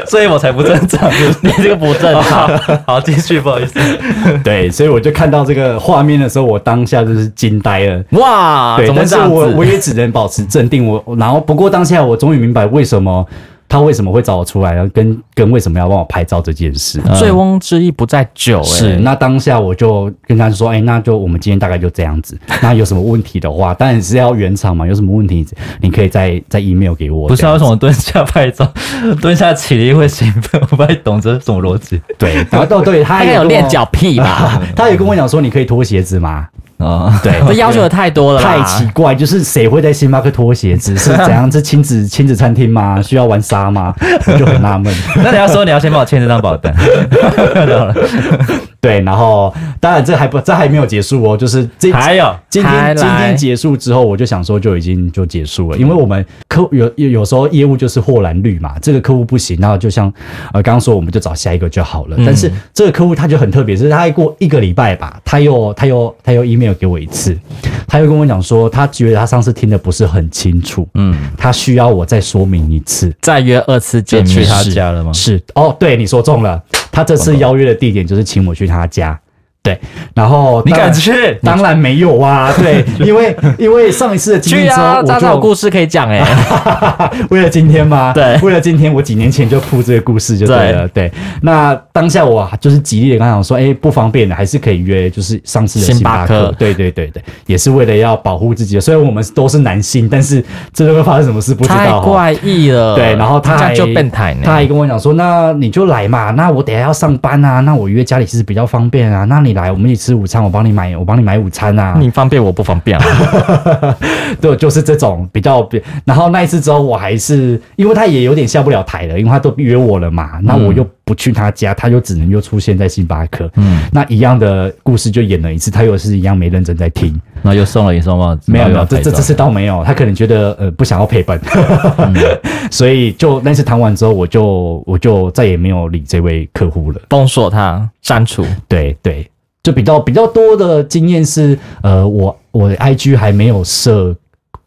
Speaker 1: 所以我才不正常。
Speaker 3: 你这 个不正常，
Speaker 1: 好，继续， 不好意思。
Speaker 2: 对，所以我就看到这个画面的时候，我当下就是惊呆了。
Speaker 3: 哇，
Speaker 2: 对，
Speaker 3: 啊怎么
Speaker 2: 但
Speaker 3: 会
Speaker 2: 是
Speaker 3: 这样
Speaker 2: 我我
Speaker 3: 子？
Speaker 2: 也只能保持镇定。我然后不过当下我终于明白为什么他为什么会找我出来，然后跟跟为什么要帮我拍照这件事。
Speaker 3: 醉翁之意不在酒、欸，
Speaker 2: 是，那当下我就跟他说，哎、那就我们今天大概就这样子。那有什么问题的话，当然是要原厂嘛。有什么问题，你可以再再 email 给我。
Speaker 1: 不是
Speaker 2: 这
Speaker 1: 啊？
Speaker 2: 样
Speaker 1: 为什么蹲下拍照，蹲下起立会兴奋？我不太懂这是什么逻辑
Speaker 2: 对，然后到对他
Speaker 3: 他应
Speaker 2: 也
Speaker 3: 该有
Speaker 2: 跟我
Speaker 3: 练脚，癖吧？
Speaker 2: 他也跟我讲说，你可以脱鞋子吗？
Speaker 1: 啊！
Speaker 2: 对，
Speaker 3: 这要求的太多了啦，
Speaker 2: 太奇怪，就是谁会在星巴克脱鞋子？是怎样？是亲子亲子餐厅 吗？需要玩沙吗？我就很纳闷。
Speaker 1: 那你要说你要先帮我签这张保单，
Speaker 2: 对，然后当然这还不这还没有结束哦，就是 这
Speaker 1: 还有
Speaker 2: 今
Speaker 3: 还来
Speaker 2: 天今天结束之后，我就想说就已经就结束了，因为我们客有有有时候业务就是货栏率嘛，这个客户不行，然后就像呃刚刚说，我们就找下一个就好
Speaker 3: 嗯
Speaker 2: 了。但是这个客户他就很特别，是他还过一个礼拜吧，他又他又他又 email 给我一次，他又跟我讲说，他觉得他上次听的不是很清楚，嗯，他需要我再说明一次。
Speaker 3: 再约二次见
Speaker 1: 就
Speaker 3: 面
Speaker 1: 去他
Speaker 3: 是
Speaker 1: 家了吗？
Speaker 2: 是哦，对，你说中了，他这次邀约的地点就是请我去他家。对，然后
Speaker 1: 你
Speaker 2: 当然
Speaker 1: 敢去？
Speaker 2: 当然没有啊，对，因为因为上一次的经历
Speaker 3: 去
Speaker 2: 之后，
Speaker 3: 啊，
Speaker 2: 我
Speaker 3: 渣
Speaker 2: 就
Speaker 3: 渣有故事可以讲 哎、
Speaker 2: 为了今天吗？
Speaker 3: 对
Speaker 2: 为了今天，我几年前就铺这个故事就对了。对，那当下我就是极力的跟他讲说，哎、不方便的，还是可以约，就是上次的
Speaker 3: 星
Speaker 2: 星
Speaker 3: 巴
Speaker 2: 巴
Speaker 3: 克
Speaker 2: 克。对对对对，也是为了要保护自己。虽然我们都是男性，但是这都会发生什么事不知
Speaker 3: 太
Speaker 2: 道哦。
Speaker 3: 怪异了。
Speaker 2: 对，然后他
Speaker 3: 这样
Speaker 2: 还
Speaker 3: 就变态
Speaker 1: 嗯
Speaker 3: 呢。
Speaker 2: 他还跟我讲说，那你就来嘛，那我等一下要上班啊，那我约家里其实比较方便啊，那你来我们一起吃午餐，我帮你买，我帮你买午餐啊。
Speaker 3: 你方便我不方便啊？
Speaker 2: 对，就是这种比较比。然后那一次之后，我还是因为他也有点下不了台了，因为他都约我了嘛，那我又不去他家，他就只能又出现在星巴克。嗯，那一样的故事就演了一次，他又是一样没认真在听，
Speaker 1: 然后又送了一双帽子，
Speaker 2: 没有没
Speaker 1: 然
Speaker 2: 有，
Speaker 1: 后又
Speaker 2: 这
Speaker 1: 要
Speaker 2: 这
Speaker 1: 拍
Speaker 2: 这次倒没有，他可能觉得呃不想要赔本，
Speaker 1: 嗯
Speaker 2: 所以就那次谈完之后，我就我就再也没有理这位客户了。
Speaker 3: 封锁他，删除。
Speaker 2: 对对，就比较比较多的经验是，呃，我我的 IG 还没有设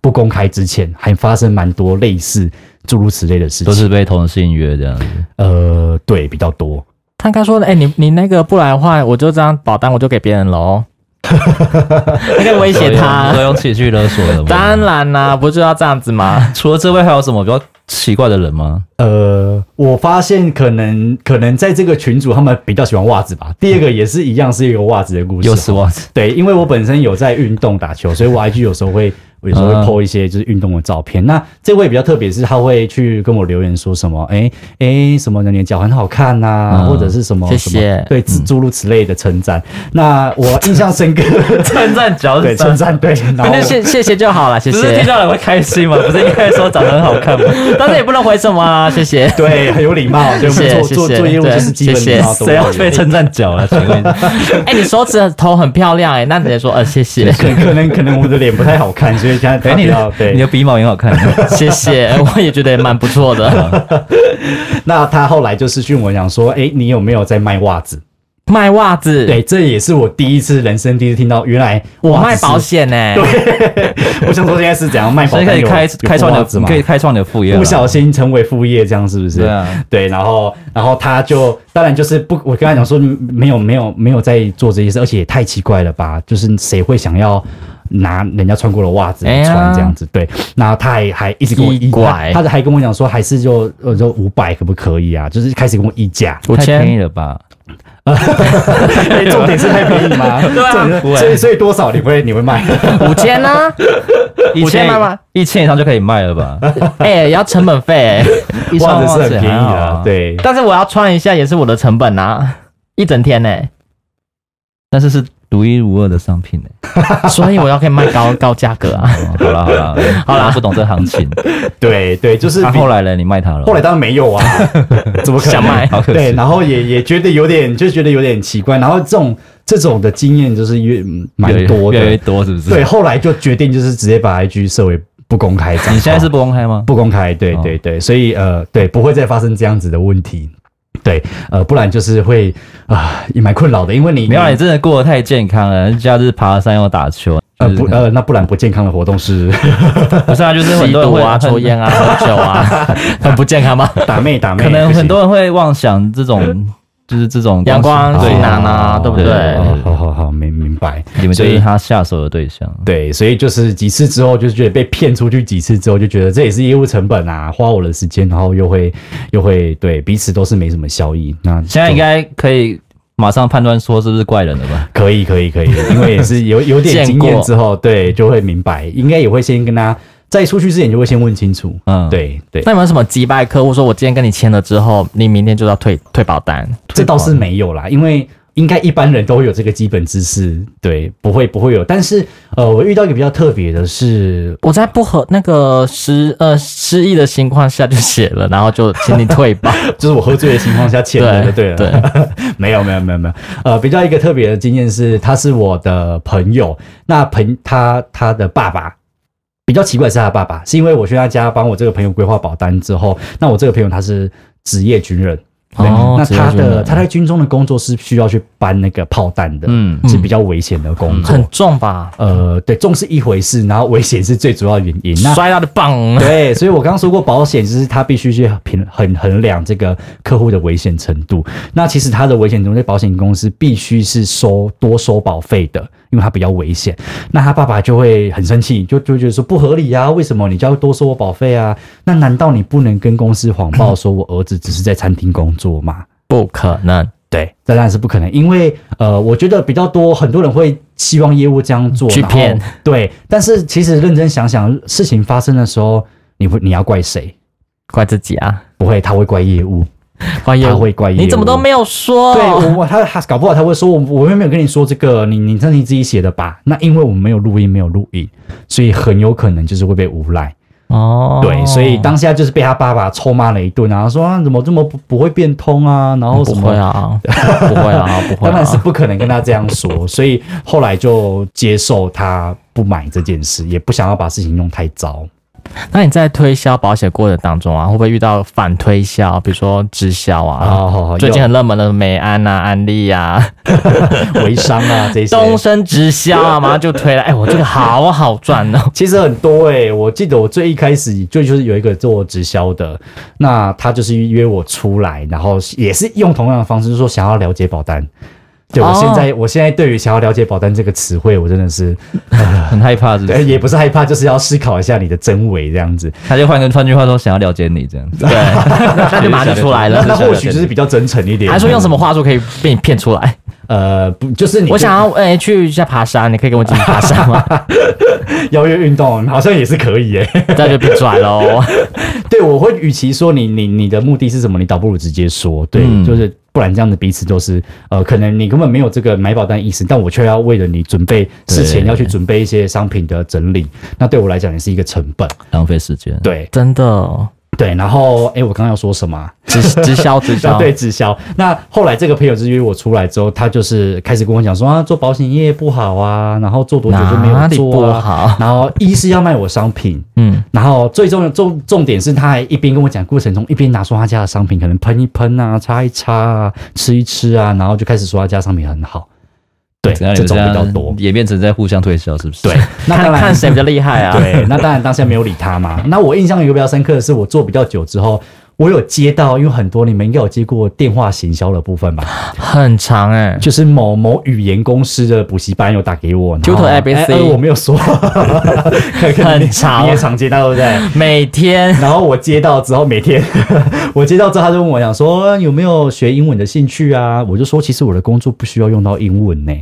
Speaker 2: 不公开之前，还发生蛮多类似诸如此类的事
Speaker 1: 都
Speaker 2: 情，
Speaker 1: 是被同性约这样子，
Speaker 2: 呃，对，比较多。
Speaker 3: 他应该说：“哎、你你那个不来的话，我就这张保单我就给别人哦 喽。”他在威胁
Speaker 1: 都
Speaker 3: 他。
Speaker 1: 用情绪勒索的吗？
Speaker 3: 当然啦，不就要这样子吗？
Speaker 1: 除了这位，还有什么比较奇怪的人吗？
Speaker 2: 呃，我发现可能可能在这个群组，他们比较喜欢袜子吧。第二个也是一样，是一个袜子的故事。
Speaker 1: 又是袜子，
Speaker 2: 对，因为我本身有在运动打球，所以我 IG 有时候会。我有时候会
Speaker 1: 嗯
Speaker 2: po 一些就是运动的照片。那这位比较特别，是他会去跟我留言说什么，哎、哎、什么的，你的脚很好看呐、
Speaker 1: 嗯
Speaker 2: 或者是什么
Speaker 3: 谢
Speaker 2: 什么
Speaker 3: 谢
Speaker 2: 对，诸诸如此类的称赞。那我印象深刻，
Speaker 1: 称赞脚
Speaker 2: 对称赞，对，然后
Speaker 3: 那谢谢谢 就好了，谢
Speaker 1: 不是听
Speaker 3: 谢。
Speaker 1: 到人会开心吗？不是应该说长得很好 看吗？
Speaker 3: 但是也不能回什么啊，谢谢。
Speaker 2: 对很有礼貌，对，我
Speaker 3: 谢谢
Speaker 2: 们做做
Speaker 3: 谢谢
Speaker 2: 做业务就是基本礼貌
Speaker 3: 谢
Speaker 2: 都
Speaker 1: 谁要
Speaker 2: 要
Speaker 1: 被称赞脚啊？请问，
Speaker 3: 哎、你手指头很漂亮哎、那你得说呃谢谢
Speaker 2: 可能 可能可能我的脸不太好看，所以现在
Speaker 1: 哎，
Speaker 2: 他
Speaker 1: 你
Speaker 2: 比较
Speaker 1: 的你
Speaker 2: 对。
Speaker 1: 的鼻毛也很好 看，
Speaker 3: 谢谢，我也觉得也蛮不错的。
Speaker 2: 那他后来就私讯我讲说，哎、你有没有在卖袜子？
Speaker 3: 卖袜子，
Speaker 2: 对，这也是我第一次人生第一次听到，原来
Speaker 3: 我
Speaker 2: 袜
Speaker 3: 卖
Speaker 2: 子是
Speaker 3: 保险哎呢、
Speaker 2: 我想说现在是怎样卖保
Speaker 1: 所以
Speaker 2: 单
Speaker 1: 可以
Speaker 2: 有
Speaker 1: 开
Speaker 2: 有
Speaker 1: 开创
Speaker 2: 裤
Speaker 1: 你
Speaker 2: 袜
Speaker 1: 的，
Speaker 2: 子
Speaker 1: 你
Speaker 2: 嘛
Speaker 1: 可？以开创你的副业了，
Speaker 2: 不小心成为副业，这样是不是？
Speaker 1: 对啊，
Speaker 2: 对然后然后他就当然就是不，我跟他讲说嗯没有没有没有在做这些事，而且也太奇怪了吧？就是谁会想要拿人家穿过的袜子来
Speaker 3: 哎呀
Speaker 2: 穿这样子？对，然后他还还一直跟我
Speaker 3: 衣拐
Speaker 2: 他他还跟我讲说还是就呃就五百可不可以啊？就是开始跟我议价，
Speaker 3: 五
Speaker 1: 太便宜
Speaker 3: 千，
Speaker 1: 了吧？
Speaker 2: 哎重点是太便宜 吗？重点
Speaker 1: 不会
Speaker 2: 是所以所以多少你会你会卖？
Speaker 3: 五千呢？
Speaker 1: 一千
Speaker 3: 5000卖吗？
Speaker 1: 一千以上就可以卖了吧？
Speaker 3: 哎、也要成本费、哎
Speaker 1: 一双
Speaker 2: 袜子是很便宜
Speaker 1: 还好
Speaker 2: 的
Speaker 1: 啊，，
Speaker 2: 对。
Speaker 3: 但是我要穿一下也是我的成本啊，一整天呢、哎
Speaker 1: 但是是独一无二的商品呢。
Speaker 3: 所以我要可以卖高高价格啊。
Speaker 1: 哦好啦好啦
Speaker 3: 好啦
Speaker 1: 我不懂这行 情。
Speaker 2: 对对，就是
Speaker 1: 那
Speaker 2: 比
Speaker 1: 啊后来呢？你卖它了？
Speaker 2: 后来当然没 有啊，怎么可能
Speaker 3: 想买
Speaker 1: 好可惜
Speaker 2: 对，然后也也觉得有点，就觉得有点奇怪。然后这种这种的经验就是越嗯蛮
Speaker 1: 越来越
Speaker 2: 多
Speaker 1: 越来越
Speaker 2: 的，
Speaker 1: 多是不是？
Speaker 2: 对，，后来就决定就是直接把 IG 设为不公开账号
Speaker 1: 你现在是不公开吗？
Speaker 2: 不公开，对
Speaker 1: 哦
Speaker 2: 对对，所以呃，对，不会再发生这样子的问题。对，呃，不然就是会啊、也蛮困扰的，因为你
Speaker 1: 没有啊，你真的过得太健康了。假日爬山又打球，
Speaker 2: 呃
Speaker 1: 就是
Speaker 2: 不 呃，那不然不健康的活动是
Speaker 1: 不是啊，就是很
Speaker 3: 吸
Speaker 1: 多人
Speaker 3: 毒
Speaker 1: 会
Speaker 3: 啊，抽，烟啊， 喝酒啊，很不健康吗？
Speaker 2: 打妹打妹，
Speaker 1: 可能
Speaker 2: 不行
Speaker 1: 很多人会妄想这种就是这种
Speaker 3: 阳光
Speaker 1: 东西
Speaker 3: 对新郎啊对不对
Speaker 2: 哦好好好，明明白。
Speaker 1: 你们
Speaker 2: 所
Speaker 1: 就
Speaker 2: 以
Speaker 1: 是他下手的对象。
Speaker 2: 对，所以就是几次之后，就是觉得被骗出去几次之后，就觉得这也是业务成本啊，花我的时间，然后又会又会对彼此都是没什么效益。那
Speaker 1: 现在应
Speaker 2: 就
Speaker 1: 该可以马上判断说是不是怪人了吧？
Speaker 2: 可以，可以，可以，因为也是有有点
Speaker 3: 见
Speaker 2: 经验
Speaker 3: 过
Speaker 2: 之后，对，就会明白，应该也会先跟他在出去之前就会先问清楚。
Speaker 1: 嗯，，
Speaker 2: 对对，
Speaker 3: 那有没有什么击败客户？说我今天跟你签了之后，你明天就要退退保单？
Speaker 2: 这倒是没有啦，因为应该一般人都会有这个基本知识，对，不会不会有。但是呃，我遇到一个比较特别的是，
Speaker 3: 我在不合那个失呃失忆的情况下就写了，然后就请你退保。
Speaker 2: 就是我喝醉的情况下欠的，就对了，
Speaker 3: 对
Speaker 2: 没有没有没有没有，呃，比较一个特别的经验是，他是我的朋友，那朋他他的爸爸。比较奇怪的是他的爸爸，是因为我去他家帮我这个朋友规划保单之后，那我这个朋友他是职业军人，对
Speaker 3: 哦
Speaker 2: 那
Speaker 3: 职业
Speaker 2: 他
Speaker 3: 军
Speaker 2: 的
Speaker 3: 人
Speaker 2: 他在军中的工作是需要去搬那个炮弹的，
Speaker 1: 嗯
Speaker 2: 是比较危险的工作，
Speaker 3: 很重吧？
Speaker 2: 呃，对，重是一回事，然后危险是最主要的原因。那
Speaker 3: 摔到的棒，
Speaker 2: 对，所以我刚刚说过，保险就是它必须去评衡衡量这个客户的危险程度。那其实它的危险程度，保险公司必须是收多收保费的，因为它比较危险。那他爸爸就会很生气，就就觉得说不合理啊，为什么你就要多收我保费啊？那难道你不能跟公司谎报说我儿子只是在餐厅工作吗？
Speaker 3: 不可能。
Speaker 2: 对，这当然是不可能，因为呃，我觉得比较多很多人会希望业务这样做，
Speaker 3: 去
Speaker 2: 然后
Speaker 3: 骗
Speaker 2: 对，但是其实认真想想，事情发生的时候，你会你要怪谁？
Speaker 3: 怪自己啊，
Speaker 2: 不会，他会怪业务，
Speaker 3: 怪业
Speaker 2: 他
Speaker 3: 务，
Speaker 2: 会怪业务。
Speaker 3: 你怎么都没有说？
Speaker 2: 对我我他他搞不好他会说我我又没有跟你说这个，你你这是你自己写的吧？那因为我们没有录音，没有录音，所以很有可能就是会被诬赖。
Speaker 3: 哦，
Speaker 2: 对，所以当下就是被他爸爸臭骂了一顿啊，说啊怎么这么不不会变通啊，然后
Speaker 3: 不
Speaker 2: 什么
Speaker 3: 会啊，不会啊， 不会
Speaker 2: 当
Speaker 3: 啊，
Speaker 2: 然是不可能跟他这样说，所以后来就接受他不买这件事，也不想要把事情弄太糟。
Speaker 3: 那你在推销保险过程当中啊，会不会遇到反推销，比如说直销啊？
Speaker 2: 好好
Speaker 3: 最近很热门的美安啊、安利 啊、
Speaker 2: 微商啊 这些，
Speaker 3: 东升直销啊，马上就推了。哎，我这个好好赚哦！
Speaker 2: 其实很多诶、我记得我最一开始就就是有一个做直销的，那他就是约我出来，然后也是用同样的方式，就是说想要了解保单。对我
Speaker 3: 哦
Speaker 2: 现在，我现在对于想要了解保单这个词汇，我真的是，
Speaker 1: 很害怕是不
Speaker 2: 对，
Speaker 1: 是？
Speaker 2: 也不是害怕，就是要思考一下你的真伪这样子。
Speaker 1: 他就换个换句话说，想要了解你这样 子。
Speaker 3: 对， 那就马上就出来
Speaker 2: 那
Speaker 3: 了。
Speaker 2: 那或许就是比较真诚一点。
Speaker 3: 还说用什么话术可以被你骗出来？
Speaker 2: 呃，不就是你
Speaker 3: 我想要哎去一下爬山，你可以跟我一起去爬山吗？
Speaker 2: 邀约运动，好像也是可以耶。
Speaker 3: 这样就被拽哦喽。
Speaker 2: 对，我会与其说你你你的目的是什么，你倒不如直接说，对，
Speaker 1: 嗯
Speaker 2: 就是不然这样子彼此都是呃，可能你根本没有这个买保单意识，但我却要为了你准备事前
Speaker 1: 对
Speaker 2: 要去准备一些商品的整理，那对我来讲也是一个成本。
Speaker 1: 浪费时间。
Speaker 2: 嗯对
Speaker 3: 真的，哦
Speaker 2: 对，然后哎，我刚刚要说什么啊、
Speaker 3: 直直销直
Speaker 2: 啊，
Speaker 3: 销，
Speaker 2: 对，直销。 那后来这个朋友就是约我出来之后，他就是开始跟我讲说啊，做保险业不好啊，然后做多久就没
Speaker 3: 哪
Speaker 2: 有
Speaker 3: 里不
Speaker 2: 做啊，
Speaker 3: 好？
Speaker 2: 然后一是要卖我商品，
Speaker 3: 嗯，
Speaker 2: 然后最重要重重点是，他还一边跟我讲过程中，一边拿出他家的商品，可能喷一喷啊，擦一擦啊，吃一吃啊，然后就开始说他家商品很好。对，
Speaker 1: 怎样，
Speaker 2: 这
Speaker 1: 你们
Speaker 2: 种
Speaker 1: 这
Speaker 2: 比较
Speaker 1: 样
Speaker 2: 多。
Speaker 1: 演变成在互相推销，是不是？
Speaker 2: 对， 那当
Speaker 3: 看
Speaker 2: 然
Speaker 3: 看谁比较厉害啊？
Speaker 2: 对，那当然当下没有理他嘛。那我印象有一个比较深刻的是，我做比较久之后，我有接到，因为很多你们应该有接过电话行销的部分吧，
Speaker 3: 很长哎、
Speaker 2: 就是某某语言公司的补习班有打给我，然后
Speaker 3: Tutor
Speaker 2: 哎
Speaker 3: ABC
Speaker 2: 哎我没有说，
Speaker 3: 很长
Speaker 2: 你也常接到对不对？
Speaker 3: 每天
Speaker 2: 然后我接到之后，每天 我接到之后，他就问我讲说哎有没有学英文的兴趣啊？我就说其实我的工作不需要用到英文呢、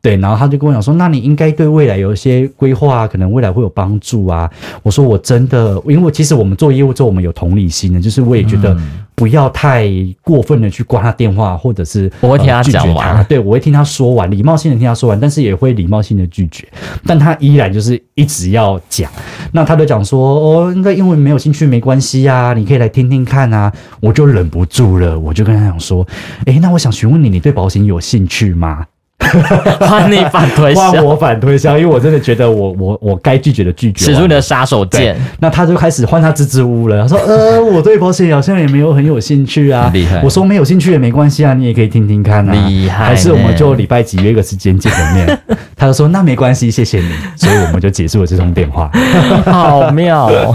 Speaker 2: 对，然后他就跟我讲说，那你应该对未来有一些规划，啊可能未来会有帮助啊。我说我真的，因为其实我们做业务之后，我们有同理心的，就是我也觉得
Speaker 3: 嗯
Speaker 2: 不要太过分的去挂他电话，或者是呃
Speaker 3: 我会听他
Speaker 2: 拒绝
Speaker 3: 讲完
Speaker 2: 对我会听他说完，礼貌性的听他说完，但是也会礼貌性的拒绝，但他依然就是一直要讲。那他就讲说，哦，那英文没有兴趣没关系啊，你可以来听听看啊。我就忍不住了，我就跟他讲说，诶，那我想询问你，你对保险有兴趣吗？
Speaker 3: 换你反推销
Speaker 2: 哇，，我反推销，因为我真的觉得我 我我该拒绝的拒绝完
Speaker 3: 使
Speaker 2: 了。
Speaker 3: 出你的杀手
Speaker 2: 对
Speaker 3: 锏，，
Speaker 2: 那他就开始换他支支吾吾了。他说：“呃，我对保险好像也没有很有兴趣啊。”
Speaker 1: 厉害
Speaker 2: 我说：“没有兴趣也没关系啊，你也可以听听看啊。”
Speaker 3: 厉害呢
Speaker 2: 还是我们就礼拜几约个时间见个 面？他就说：“那没关系，谢谢你。”所以我们就结束了这通电话。
Speaker 3: 好妙哦！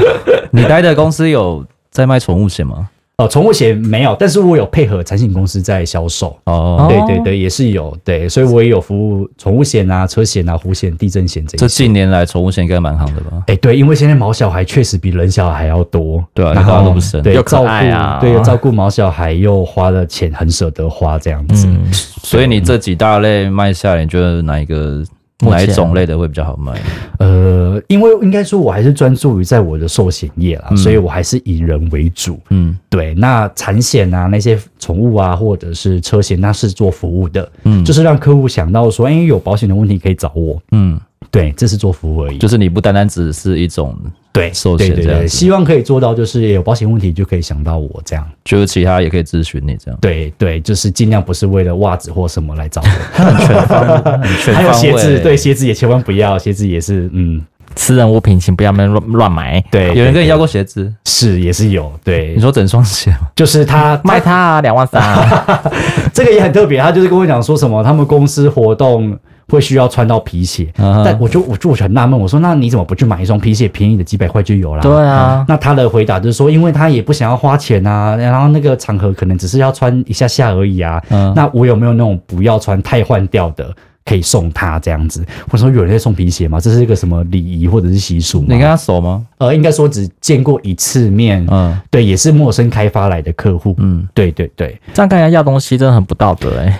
Speaker 1: 你待的公司有在卖宠物险吗？
Speaker 2: 呃，宠物险没有，但是我有配合产险公司在销售。
Speaker 1: 哦，
Speaker 2: 对对对，也是有对，所以我也有服务宠物险啊、车险啊、湖险、地震险这
Speaker 1: 这
Speaker 2: 些。
Speaker 1: 近年来宠物险应该蛮行的吧？
Speaker 2: 哎、对，因为现在毛小孩确实比人小孩要多，
Speaker 1: 对啊
Speaker 2: 然
Speaker 1: 因为大家
Speaker 2: 后
Speaker 1: 都不生
Speaker 2: 对，
Speaker 3: 又可
Speaker 2: 照顾，
Speaker 3: 爱啊
Speaker 2: 对，照顾毛小孩又花了钱，很舍得花这样子。
Speaker 3: 嗯，
Speaker 1: 所以你这几大类卖下来，你觉得哪一个
Speaker 3: 目前
Speaker 1: 哪一种类的会比较好卖？
Speaker 2: 呃，因为应该说，我还是专注于在我的寿险业啦，所以我还是以人为主。
Speaker 1: 嗯，
Speaker 2: 对，那产险啊，那些宠物啊，或者是车险，那是做服务的，嗯，就是让客户想到说，哎、有保险的问题可以找我，
Speaker 1: 嗯，
Speaker 2: 对，这是做服务而已。
Speaker 1: 就是你不单单只是一种，
Speaker 2: 对，
Speaker 1: 寿
Speaker 2: 对
Speaker 1: 险
Speaker 2: 对
Speaker 1: 这样
Speaker 2: 对，
Speaker 1: 子
Speaker 2: 希望可以做到，就是有保险问题就可以想到我这样。
Speaker 1: 就是其他也可以咨询你这样。
Speaker 2: 对对，就是尽量不是为了袜子或什么 来找我。
Speaker 1: 全
Speaker 2: 还有
Speaker 1: 方
Speaker 2: 鞋子，
Speaker 1: 位
Speaker 2: 对鞋子也千万不要，鞋子也是，嗯，
Speaker 3: 私人物品请不要乱乱买，
Speaker 2: 对，
Speaker 1: 有人
Speaker 2: 对
Speaker 1: 跟你
Speaker 2: 对
Speaker 1: 要过鞋子，
Speaker 2: 是也是有，对
Speaker 1: 你，说整双鞋吗？
Speaker 2: 就是他
Speaker 3: 卖它啊，两万 三啊，
Speaker 2: 这个也很特别，他就是跟我讲说什么，他们公司活动会需要穿到皮鞋，
Speaker 1: 嗯哼
Speaker 2: 但我就我就我就很纳闷，我说那你怎么不去买一双皮鞋，便宜的几百块就有啦？
Speaker 3: 对啊，
Speaker 2: 那他的回答就是说，因为他也不想要花钱啊，然后那个场合可能只是要穿一下下而已啊。
Speaker 1: 嗯
Speaker 2: 那我有没有那种不要穿太换掉的，可以送他这样子？或者说有人在送皮鞋吗？这是一个什么礼仪或者是习俗吗？
Speaker 1: 你跟他熟吗？
Speaker 2: 呃，应该说只见过一次面，
Speaker 1: 嗯，
Speaker 2: 对，也是陌生开发来的客户，嗯，对对对。
Speaker 3: 这样跟人家要东西真的很不道德 哎，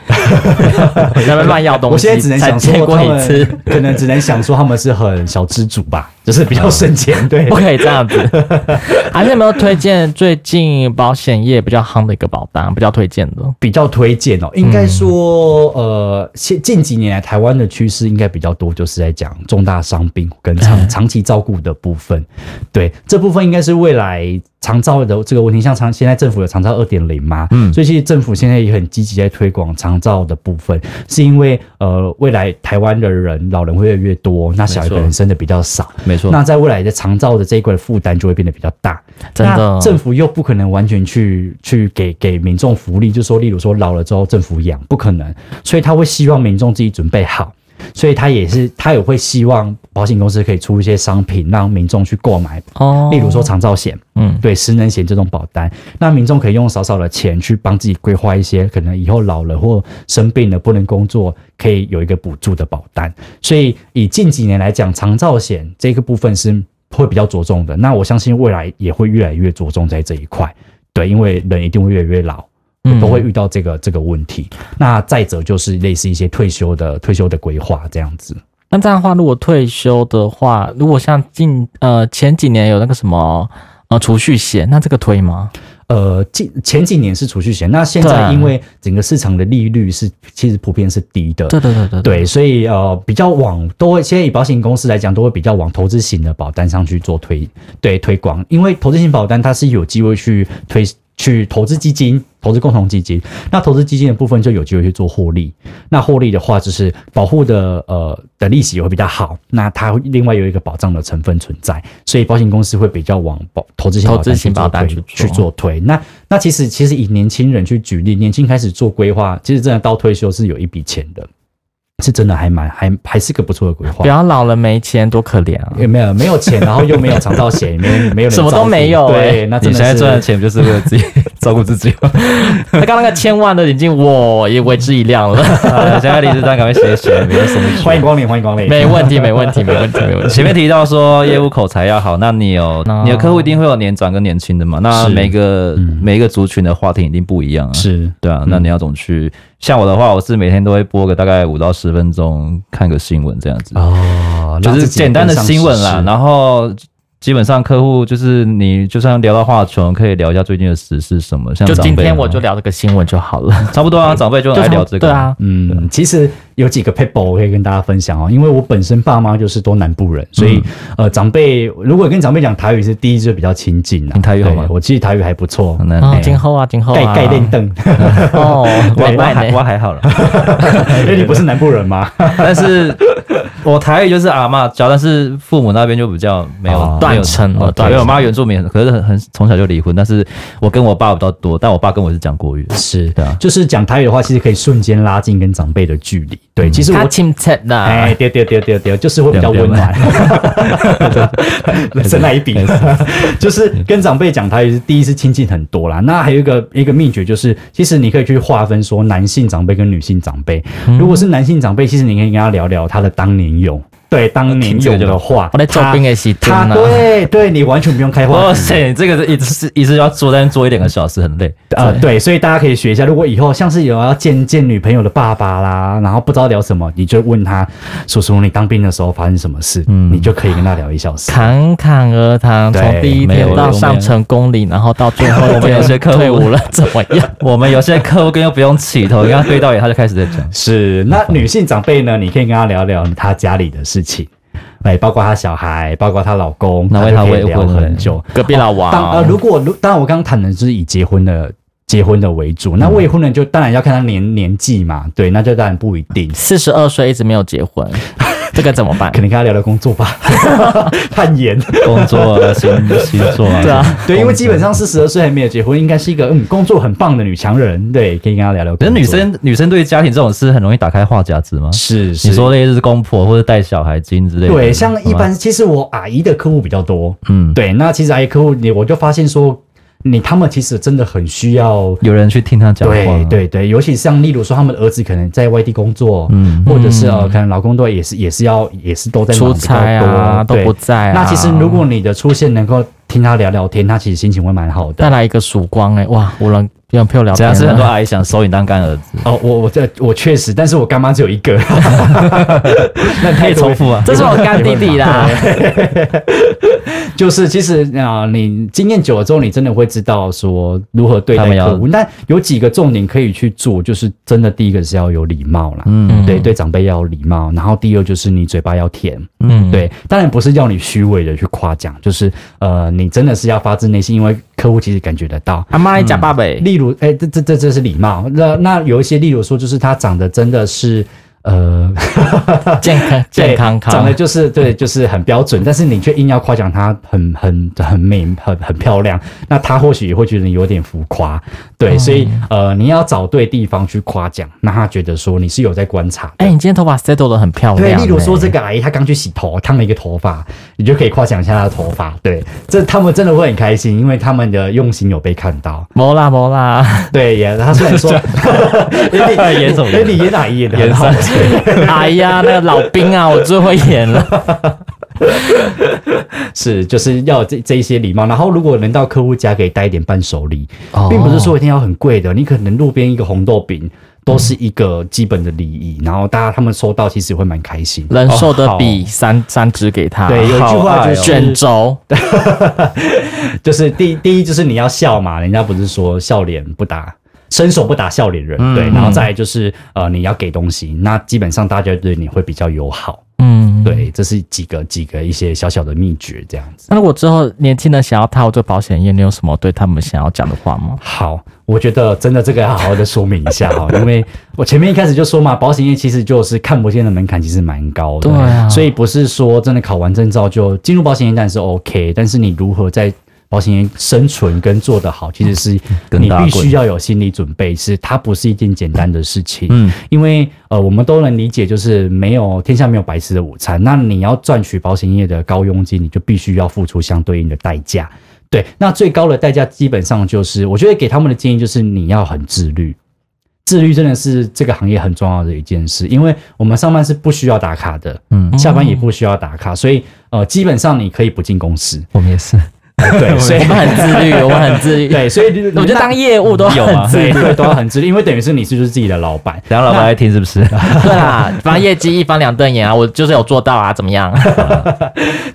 Speaker 3: 你在那边乱要东西，
Speaker 2: 我现在只能
Speaker 3: 才
Speaker 2: 想
Speaker 3: 见
Speaker 2: 说
Speaker 3: 过
Speaker 2: 他
Speaker 3: 一次，
Speaker 2: 们 可能只能想说他们是很小资主吧，就是
Speaker 3: 嗯
Speaker 2: 比较省钱，对
Speaker 3: 不。可以这样子。 还是有没有推荐最近保险业比较夯的一个保单，比较推荐的？
Speaker 2: 比较推荐哦，应
Speaker 3: 嗯
Speaker 2: 该说，呃，近近几年来台湾的趋势应该比较多，就是在讲重大伤病跟
Speaker 3: 嗯
Speaker 2: 长长期照顾的部分。对，这部分应该是未来长照的这个问题，像长现在政府有长照二点零嘛，嗯，所以其实政府现在也很积极在推广长照的部分，是因为呃，未来台湾的人老人会越来越多，那小孩
Speaker 1: 没错
Speaker 2: 可能生的比较少，
Speaker 1: 没错。
Speaker 2: 那在未来的长照的这一块的负担就会变得比较大。
Speaker 3: 真的哦
Speaker 2: 那政府又不可能完全去去给给民众福利，就说例如说老了之后政府养，不可能，所以他会希望民众自己准备好。所以他也是，他也会希望保险公司可以出一些商品让民众去购买，
Speaker 3: 哦
Speaker 2: 例如说长照险，
Speaker 3: 嗯，
Speaker 2: 对失能险这种保单，那民众可以用少少的钱去帮自己规划一些可能以后老了或生病了不能工作，可以有一个补助的保单。所以以近几年来讲，长照险这个部分是会比较着重的。那我相信未来也会越来越着重在这一块，对，因为人一定会越来越老。
Speaker 3: 嗯
Speaker 2: 都会遇到这个这个问题。那再者就是类似一些退休的退休的规划这样子。
Speaker 3: 那这样的话，如果退休的话，如果像近呃前几年有那个什么呃储蓄险，那这个推吗？
Speaker 2: 呃，近前几年是储蓄险，那现
Speaker 3: 对啊
Speaker 2: 在因为整个市场的利率是其实普遍是低的，
Speaker 3: 对对对对
Speaker 2: 对，所以呃，比较往都会，现在以保险公司来讲，都会比较往投资型的保单上去做推对推广，因为投资型保单它是有机会去推去投资基金、投资共同基金，那投资基金的部分就有机会去做获利。那获利的话，就是保护的呃的利息也会比较好，那它会另外有一个保障的成分存在，所以保险公司会比较往保投资型
Speaker 3: 投
Speaker 2: 保
Speaker 3: 资
Speaker 2: 单去
Speaker 3: 型
Speaker 2: 做
Speaker 3: 保单
Speaker 2: 推
Speaker 3: 去
Speaker 2: 去
Speaker 3: 做
Speaker 2: 做推。那那其实其实以年轻人去举例，年轻开始做规划，其实真的到退休是有一笔钱的。是真的还蛮还还是个不错的规划
Speaker 3: 不。要老了没钱，多可 怜啊！
Speaker 2: 也没有没有钱，然后又没有尝到险，没有 没有人
Speaker 3: 什么都
Speaker 2: 照顾
Speaker 3: 没有欸
Speaker 2: 对，那真
Speaker 1: 哎你
Speaker 2: 的
Speaker 1: 现在
Speaker 2: 是
Speaker 1: 赚的钱不就是为了自己 照顾自己吗？
Speaker 3: 那刚刚那个千万的已经我也为之一亮 了，
Speaker 1: 啊现在离职单赶快写一写，没有什么钱
Speaker 2: 欢迎光临，欢迎光临。
Speaker 3: 没问题，没问题，没问题， 没问题。
Speaker 1: 前面提到说业务口才要好，那你有
Speaker 3: 那
Speaker 1: 你的客户一定会有年长跟年轻的嘛？那
Speaker 2: 是
Speaker 1: 每个、每一个族群的话题一定不一样啊。，
Speaker 2: 是
Speaker 1: 对啊。那你要怎么去？像我的话，我是每天都会播个大概五到十分钟，看个新闻这样子，
Speaker 2: 哦，
Speaker 1: 就
Speaker 2: 让
Speaker 1: 是
Speaker 2: 自己
Speaker 1: 简单的
Speaker 2: 跟上
Speaker 1: 新闻啦。
Speaker 2: 时事
Speaker 1: 然后基本上客户就是你，就算聊到话穷，可以聊一下最近的时事什么。像
Speaker 3: 就
Speaker 1: 长辈
Speaker 3: 今天
Speaker 1: 啊
Speaker 3: 我就聊这个新闻就好了，
Speaker 1: 差不多啊，长辈就很爱聊这个。
Speaker 3: 对啊，
Speaker 2: 嗯，其实有几个 paper 我可以跟大家分享哦，因为我本身爸妈就是都南部人，所以、
Speaker 1: 嗯
Speaker 2: 呃，长辈如果跟长辈讲台语是第一就比较亲近啦。
Speaker 1: 你台语好吗
Speaker 2: 对我其实台语还不错
Speaker 1: 很，难
Speaker 3: 啊，
Speaker 1: 聊。
Speaker 3: 今后啊，今后
Speaker 2: 盖
Speaker 3: 啊，
Speaker 2: 盖 练凳，
Speaker 3: 哦，
Speaker 1: 我
Speaker 3: 我
Speaker 1: 我还
Speaker 3: 还
Speaker 1: 我还好了，
Speaker 2: 因为你不是南部人吗？
Speaker 1: 但是我台语就是阿嬷教，但是父母那边就比较没有
Speaker 2: 哦
Speaker 1: 没有
Speaker 3: 断层了
Speaker 1: 哦对
Speaker 3: 断层
Speaker 1: 因为我妈原住民，可是很很从小就离婚，但是我跟我爸比较多，但我爸跟我是讲国语的。
Speaker 2: 是
Speaker 1: 对啊
Speaker 2: 就是讲台语的话，其实可以瞬间拉近跟长辈的距离。
Speaker 1: 嗯
Speaker 2: 对，其实我
Speaker 3: 他亲切的，
Speaker 2: 哎，对对对对对，就是会比较温暖， 省那一笔。就是跟长辈讲台语，第一是亲近很多啦。那还有一个一个秘诀就是，其实你可以去划分说男性长辈跟女性长辈。
Speaker 3: 嗯
Speaker 2: 如果是男性长辈，其实你可以跟他聊聊他的当年勇。对，当年勇的话，
Speaker 3: 我在做兵的时阵
Speaker 2: 他
Speaker 3: 啊
Speaker 2: 对对，你完全不用开话
Speaker 1: 哇
Speaker 2: 题。
Speaker 1: 塞，这个是一次一次要坐在那边坐一两个小时，很累。
Speaker 2: 呃，对，所以大家可以学一下。如果以后像是有要见见女朋友的爸爸啦，然后不知道聊什么，你就问他叔叔，你当兵的时候发生什么事？
Speaker 1: 嗯
Speaker 2: 你就可以跟他聊一小时。
Speaker 3: 侃侃而谈，
Speaker 2: 对
Speaker 3: 从第一
Speaker 1: 没有
Speaker 3: 天到
Speaker 1: 我们
Speaker 3: 上成功里，然后到最后
Speaker 1: 我们有些客户
Speaker 3: 退伍了，怎么样？
Speaker 1: 我们有些客户根本不用起头，跟他对到眼，他就开始在讲。
Speaker 2: 是，那女性长辈呢？你可以跟她聊聊她家里的事情，哎，包括她小孩，包括她老公，
Speaker 1: 那为
Speaker 2: 她
Speaker 1: 她
Speaker 2: 就可以
Speaker 1: 未
Speaker 2: 聊
Speaker 1: 婚啊
Speaker 2: 很
Speaker 1: 嘞
Speaker 2: 久。
Speaker 3: 隔壁老王，
Speaker 2: 当呃，如果如当然我刚刚谈的是以结婚的结婚的为主，
Speaker 1: 嗯
Speaker 2: 那未婚的就当然要看她年年纪嘛，对，那就当然不一定。
Speaker 3: 四十二岁一直没有结婚，这个怎么办
Speaker 2: 可？能跟她聊聊工作吧， 汗颜。
Speaker 1: 工作啊，星星座啊，
Speaker 3: 对啊，
Speaker 2: 对，因为基本上四十二岁还没有结婚，应该是一个嗯工作很棒的女强人。对，可以跟她聊聊
Speaker 1: 可
Speaker 2: 工作。
Speaker 1: 是女生女生对家庭这种事很容易打开话匣子吗？
Speaker 2: 是是
Speaker 1: 你说类似公婆或者带小孩经之类的，
Speaker 2: 对，像一
Speaker 1: 是吗
Speaker 2: 般其实我阿姨的客户比较多，
Speaker 1: 嗯，
Speaker 2: 对，那其实阿姨客户你我就发现说，你他们其实真的很需要。
Speaker 1: 有人去听他讲话，
Speaker 2: 对，对对，尤其像例如说，他们儿子可能在外地工作，嗯，或者是呃，可能老公对也是也是要也是都在忙
Speaker 3: 出
Speaker 2: 比较多
Speaker 3: 差啊，都
Speaker 2: 对
Speaker 3: 不在啊。
Speaker 2: 那其实如果你的出现能够听他聊聊天，他其实心情会蛮好的
Speaker 3: 带。来一个曙光，哎，哇，无人有朋友聊
Speaker 1: 这
Speaker 3: 天啊
Speaker 1: 样
Speaker 3: 了，
Speaker 1: 是 很多阿姨想收你当干 儿子，
Speaker 2: 哦，我我这我确实，但是我干妈只有 一个，那
Speaker 1: 可以
Speaker 2: 多
Speaker 1: 重复啊，
Speaker 3: 这是我干弟弟啦。
Speaker 2: 就是其实啊、呃你经验久了之后，你真的会知道说如何对待
Speaker 1: 他们要
Speaker 2: 客户。但有几个重点可以去做，就是真的第一个是要有礼貌啦，
Speaker 1: 嗯
Speaker 2: 对，对长辈要有礼貌。然后第二就是你嘴巴要甜，
Speaker 3: 嗯，
Speaker 2: 对，当然不是要你虚伪的去夸奖，就是呃，你真的是要发自内心，因为客户其实感觉得到。
Speaker 3: 阿妈一家爸呗，
Speaker 2: 例如，哎、这这这这是礼貌。那那有一些，例如说，就是他长得真的是呃。
Speaker 3: 健 康
Speaker 2: 对
Speaker 3: 健康
Speaker 2: 长
Speaker 3: 康
Speaker 2: 得，就是对，就是很标准，但是你却硬要夸奖她很很很美、很很漂亮，那她或许也会觉得你有点浮夸，对，所以
Speaker 3: 嗯
Speaker 2: 呃，你要找对地方去夸奖，让她觉得说你是有在观察的。
Speaker 3: 哎，你今天头发 settle 的很漂
Speaker 2: 对，
Speaker 3: 亮。
Speaker 2: 例如说
Speaker 3: 哎
Speaker 2: 这个阿姨她刚去洗头，烫了一个头发，你就可以夸奖一下她的头发。对，这他们真的会很开心，因为他们的用心有被看到。
Speaker 3: 没啦没啦，
Speaker 2: 对，也她虽然说
Speaker 1: 演什么
Speaker 2: 哎，你 演哪一演的很好？
Speaker 3: 哎呀，那个老兵啊，我最会演了。
Speaker 2: 是，就是要有这这一些礼貌。然后，如果能到客户家，可以带一点伴手礼，
Speaker 3: 哦
Speaker 2: 并不是说一定要很贵的，你可能路边一个红豆饼都是一个基本的礼仪。然后大家他们收到，其实也会蛮开心。
Speaker 3: 人寿
Speaker 1: 哦
Speaker 3: 的
Speaker 1: 好
Speaker 3: 笔三三支给他，
Speaker 2: 对，有一句
Speaker 1: 好
Speaker 2: 话
Speaker 1: 爱
Speaker 2: 就
Speaker 1: 哦
Speaker 2: 是
Speaker 3: 卷轴，
Speaker 2: 就是第第一就是你要笑嘛，人家不是说笑脸不打。伸手不打笑脸人，对，然后再来就是呃，你要给东西，那基本上大家对你会比较友好，
Speaker 3: 嗯。
Speaker 2: 对，这是几个几个一些小小的秘诀这样子。
Speaker 3: 那如果之后年轻人想要踏入这保险业，你有什么对他们想要讲的话 吗？
Speaker 2: 好，我觉得真的这个要好好的说明一下哈，因为我前面一开始就说嘛，保险业其实就是看不见的门槛其实蛮高的，
Speaker 3: 对啊
Speaker 2: 所以不是说真的考完证照就进入保险业当然是 OK，但是你如何在保险业生存跟做得好，其实是
Speaker 1: 跟
Speaker 2: 你
Speaker 1: 大
Speaker 2: 必
Speaker 1: 棍
Speaker 2: 须要有心理准备，是它不是一件简单的事情，
Speaker 1: 嗯，，
Speaker 2: 因为呃我们都能理解，就是没有天下没有白吃的午餐，那你要赚取保险业的高佣金，你就必须要付出相对应的代价，对，那最高的代价基本上就是，我觉得给他们的建议就是你要很自律。自律真的是这个行业很重要的一件事，因为我们上班是不需要打卡的，嗯，下班也不需要打卡，所以呃，基本上你可以不进公司
Speaker 1: 我们也是，
Speaker 2: 对，所以
Speaker 3: 我们很自律，我们很自律。
Speaker 2: 对，所以
Speaker 3: 我觉得当业务都
Speaker 1: 有
Speaker 3: 很
Speaker 1: 啊
Speaker 3: 自
Speaker 2: 对
Speaker 3: 律。
Speaker 2: 对都要很自律，因为等于是你是就是自己的老板，
Speaker 1: 然后老板来听是不 是？
Speaker 2: 啊
Speaker 3: 对啦，反正业绩一翻两瞪眼啊，我就是有做到啊，怎么样？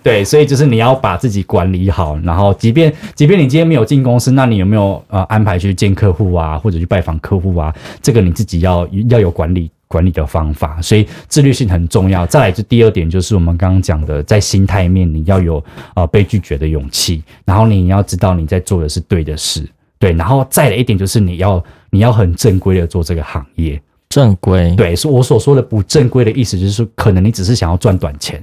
Speaker 2: 对，所以就是你要把自己管理好，然后即便即便你今天没有进公司，那你有没有呃安排去见客户啊，或者去拜访客户啊？这个你自己要要有管理管理的方法，所以自律性很重要。再来就第二点，就是我们刚刚讲的，在心态面你要有呃被拒绝的勇气，然后你要知道你在做的 是对的事，对，然后再来一点就是你要你要很正规的做这个行业。
Speaker 3: 正规，
Speaker 2: 对，所我所说的不正规的意思就是说，可能你只是想要赚短钱，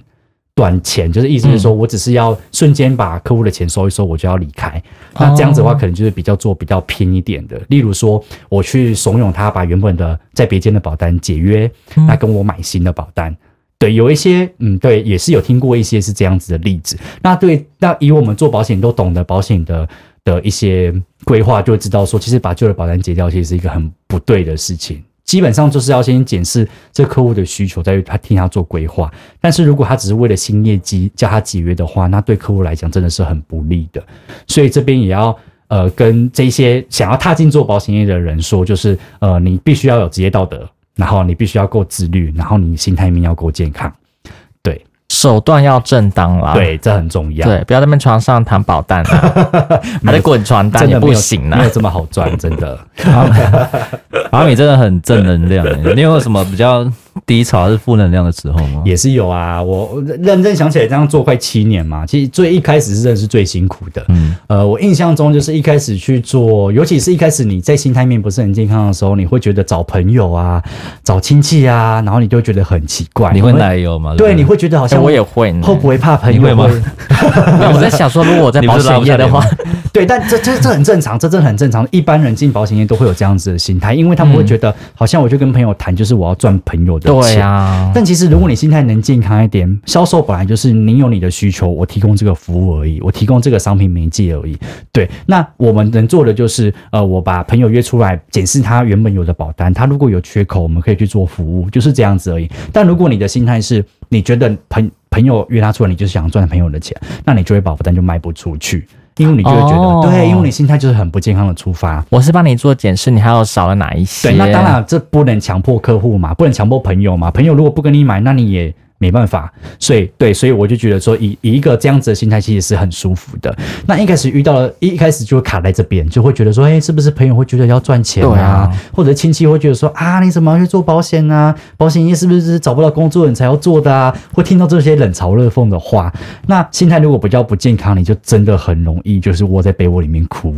Speaker 2: 短钱就是意思是说我只是要瞬间把客户的钱收一收，我就要离开。那这样子的话，可能就是比较做比较拼一点的，例如说我去怂恿他把原本的在别间的保单解约，那跟我买新的保单。对，有一些，嗯，对，也是有听过一些是这样子的例子。那对，那以我们做保险都懂得保险的的一些规划，就会知道说，其实把旧的保单解掉，其实是一个很不对的事情。基本上就是要先检视这客户的需求，再去他替他做规划。但是如果他只是为了新业绩叫他解约的话，那对客户来讲真的是很不利的。所以这边也要呃跟这些想要踏进做保险业的人说，就是呃你必须要有职业道德，然后你必须要够自律，然后你心态面要够健康。对
Speaker 3: 手段要正当啦。
Speaker 2: 对，这很重要。
Speaker 3: 啊对，不要在那边床上谈保单啊， 还在滚床单
Speaker 2: 真
Speaker 3: 也
Speaker 2: 的没
Speaker 3: 不
Speaker 2: 有
Speaker 3: 行
Speaker 2: 没
Speaker 3: 啊
Speaker 2: 有。这么好赚，真的。
Speaker 1: 阿米真的很正能量耶，你有什么比较低潮还是负能量的时候 吗？
Speaker 2: 也是有啊，我认真想起来，这样做快七年嘛。其实最一开始是真的是最辛苦的。嗯，呃，我印象中就是一开始去做，尤其是一开始你在心态面不是很健康的时候，你会觉得找朋友啊、找亲戚啊，然后你就会觉得很奇怪。
Speaker 1: 你会奶油吗？
Speaker 2: 对，
Speaker 1: 不
Speaker 2: 你会觉得好
Speaker 3: 哎
Speaker 2: 像
Speaker 3: 我也会呢，
Speaker 2: 会不会 怕朋友
Speaker 1: 你会吗
Speaker 2: 哎
Speaker 3: 没有我在想说，如果我在
Speaker 1: 你
Speaker 3: 保
Speaker 1: 不是拉
Speaker 3: 险
Speaker 1: 不
Speaker 3: 业
Speaker 1: 下
Speaker 3: 的
Speaker 1: 脸
Speaker 3: 话
Speaker 1: 吗，
Speaker 2: 对，但这这这很正常，这真的很正常。一般人进保险业都会有这样子的心态，因为他们会觉得、好像我就跟朋友谈，就是我要赚朋友的钱。
Speaker 3: 嗯对啊，
Speaker 2: 但其实如果你心态能健康一点，销售本来就是你有你的需求，我提供这个服务而已，我提供这个商品媒介而已。对，那我们能做的就是，呃，我把朋友约出来，检视他原本有的保单，他如果有缺口，我们可以去做服务，就是这样子而已。但如果你的心态是，你觉得朋朋友约他出来，你就是想赚朋友的钱，那你就会把保单就卖不出去，因为你就会觉得，
Speaker 3: 哦
Speaker 2: 对，因为你心态就是很不健康的出发。
Speaker 3: 我是帮你做检视，你还有少了哪一些？
Speaker 2: 对，那当然这不能强迫客户嘛，不能强迫朋友嘛。朋友如果不跟你买，那你也没办法。所以对，所以我就觉得说以，以一个这样子的心态，其实是很舒服的。那一开始遇到了，一一开始就会卡在这边，就会觉得说，哎、是不是朋友会觉得要赚钱
Speaker 3: 对
Speaker 2: 啊
Speaker 3: 啊？
Speaker 2: 或者亲戚会觉得说，啊，你怎么要去做保险啊？保险业是不是找不到工作你才要做的啊？会听到这些冷嘲热讽的话，那心态如果比较不健康，你就真的很容易就是窝在被窝里面哭。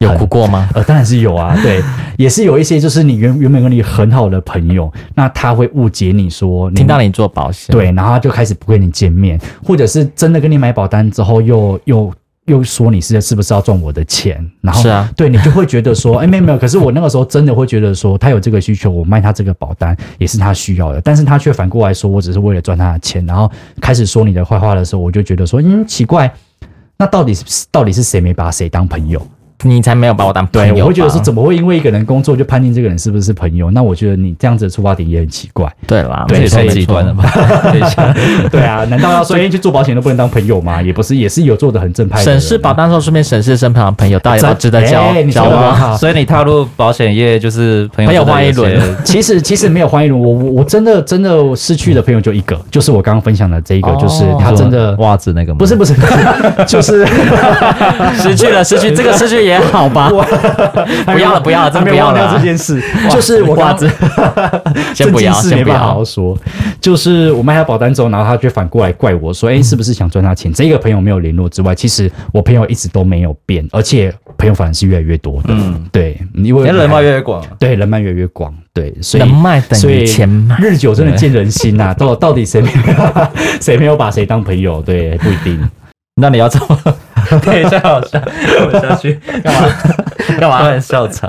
Speaker 3: 有哭过吗？
Speaker 2: 呃，当然是有啊，对，也是有一些就是你原原本跟你很好的朋友，那他会误解你说你
Speaker 3: 听到你做保险，，
Speaker 2: 对，然后他就开始不跟你见面，或者是真的跟你买保单之后又又。又说你是是不是要赚我的钱？然后
Speaker 3: 是啊
Speaker 2: 对你就会觉得说，哎、没有没有。可是我那个时候真的会觉得说，他有这个需求，我卖他这个保单也是他需要的。但是他却反过来说，我只是为了赚他的钱，然后开始说你的坏话的时候，我就觉得说，嗯，奇怪，那到底是到底是谁没把谁当朋友？
Speaker 3: 你才没有把我当朋
Speaker 2: 对，
Speaker 3: 友吧。
Speaker 2: 我会觉得说，怎么会因为一个人工作就判定这个人是不是朋友？那我觉得你这样子的出发点也很奇怪。
Speaker 3: 对啦，
Speaker 1: 这也
Speaker 3: 没错
Speaker 1: 太极端了。吧？等一 下
Speaker 2: 对啊，难道要说哎去做保险都不能当朋友吗？也不是，也是有做的很正派
Speaker 3: 没
Speaker 2: 的
Speaker 3: 错
Speaker 2: 人啊。
Speaker 3: 审视保单的时候，顺便审视身旁的朋友，到底要
Speaker 2: 真
Speaker 3: 值得
Speaker 2: 哎
Speaker 3: 交
Speaker 2: 你说
Speaker 3: 交
Speaker 2: 得
Speaker 3: 往
Speaker 2: 很。好
Speaker 1: 啊所以你踏入保险业就是朋友
Speaker 3: 朋友换一
Speaker 1: 真的有些
Speaker 2: 其实其实没有欢迎我，我我真的真的失去的朋友就一个，就是我刚刚分享的这一个，
Speaker 3: 哦
Speaker 2: 就是他真的
Speaker 1: 袜子那个吗？
Speaker 2: 不是不 是，就是
Speaker 3: 失去了，失去 这个失去也好吧， 不要了不要了真
Speaker 2: 还
Speaker 3: 的
Speaker 2: 没
Speaker 3: 不要
Speaker 2: 忘掉
Speaker 3: 了啊
Speaker 2: 这件 事，就是我
Speaker 3: 袜
Speaker 2: 刚
Speaker 3: 子，先不要，
Speaker 2: 这件事
Speaker 3: 先
Speaker 2: 没
Speaker 3: 不
Speaker 2: 办法好
Speaker 3: 要
Speaker 2: 好。说。就是我卖他保单之后，然后他却反过来怪我 说：“哎、是不是想赚他钱？”这个朋友没有联络之外，其实我朋友一直都没有变，而且朋友反而是越来越多的。嗯，对，因为
Speaker 1: 你的人脉越来越广，
Speaker 2: 对人脉越来越广，对，所以
Speaker 3: 人脉等于
Speaker 2: 所以
Speaker 3: 钱脉
Speaker 2: 日久真的见人心呐、到到底谁没有谁没有把谁当朋友？对，不一定。
Speaker 1: 那你要怎么？ 等一下，我下我下 去 干嘛？
Speaker 3: 干
Speaker 1: 突
Speaker 3: 嘛？
Speaker 1: 然笑场，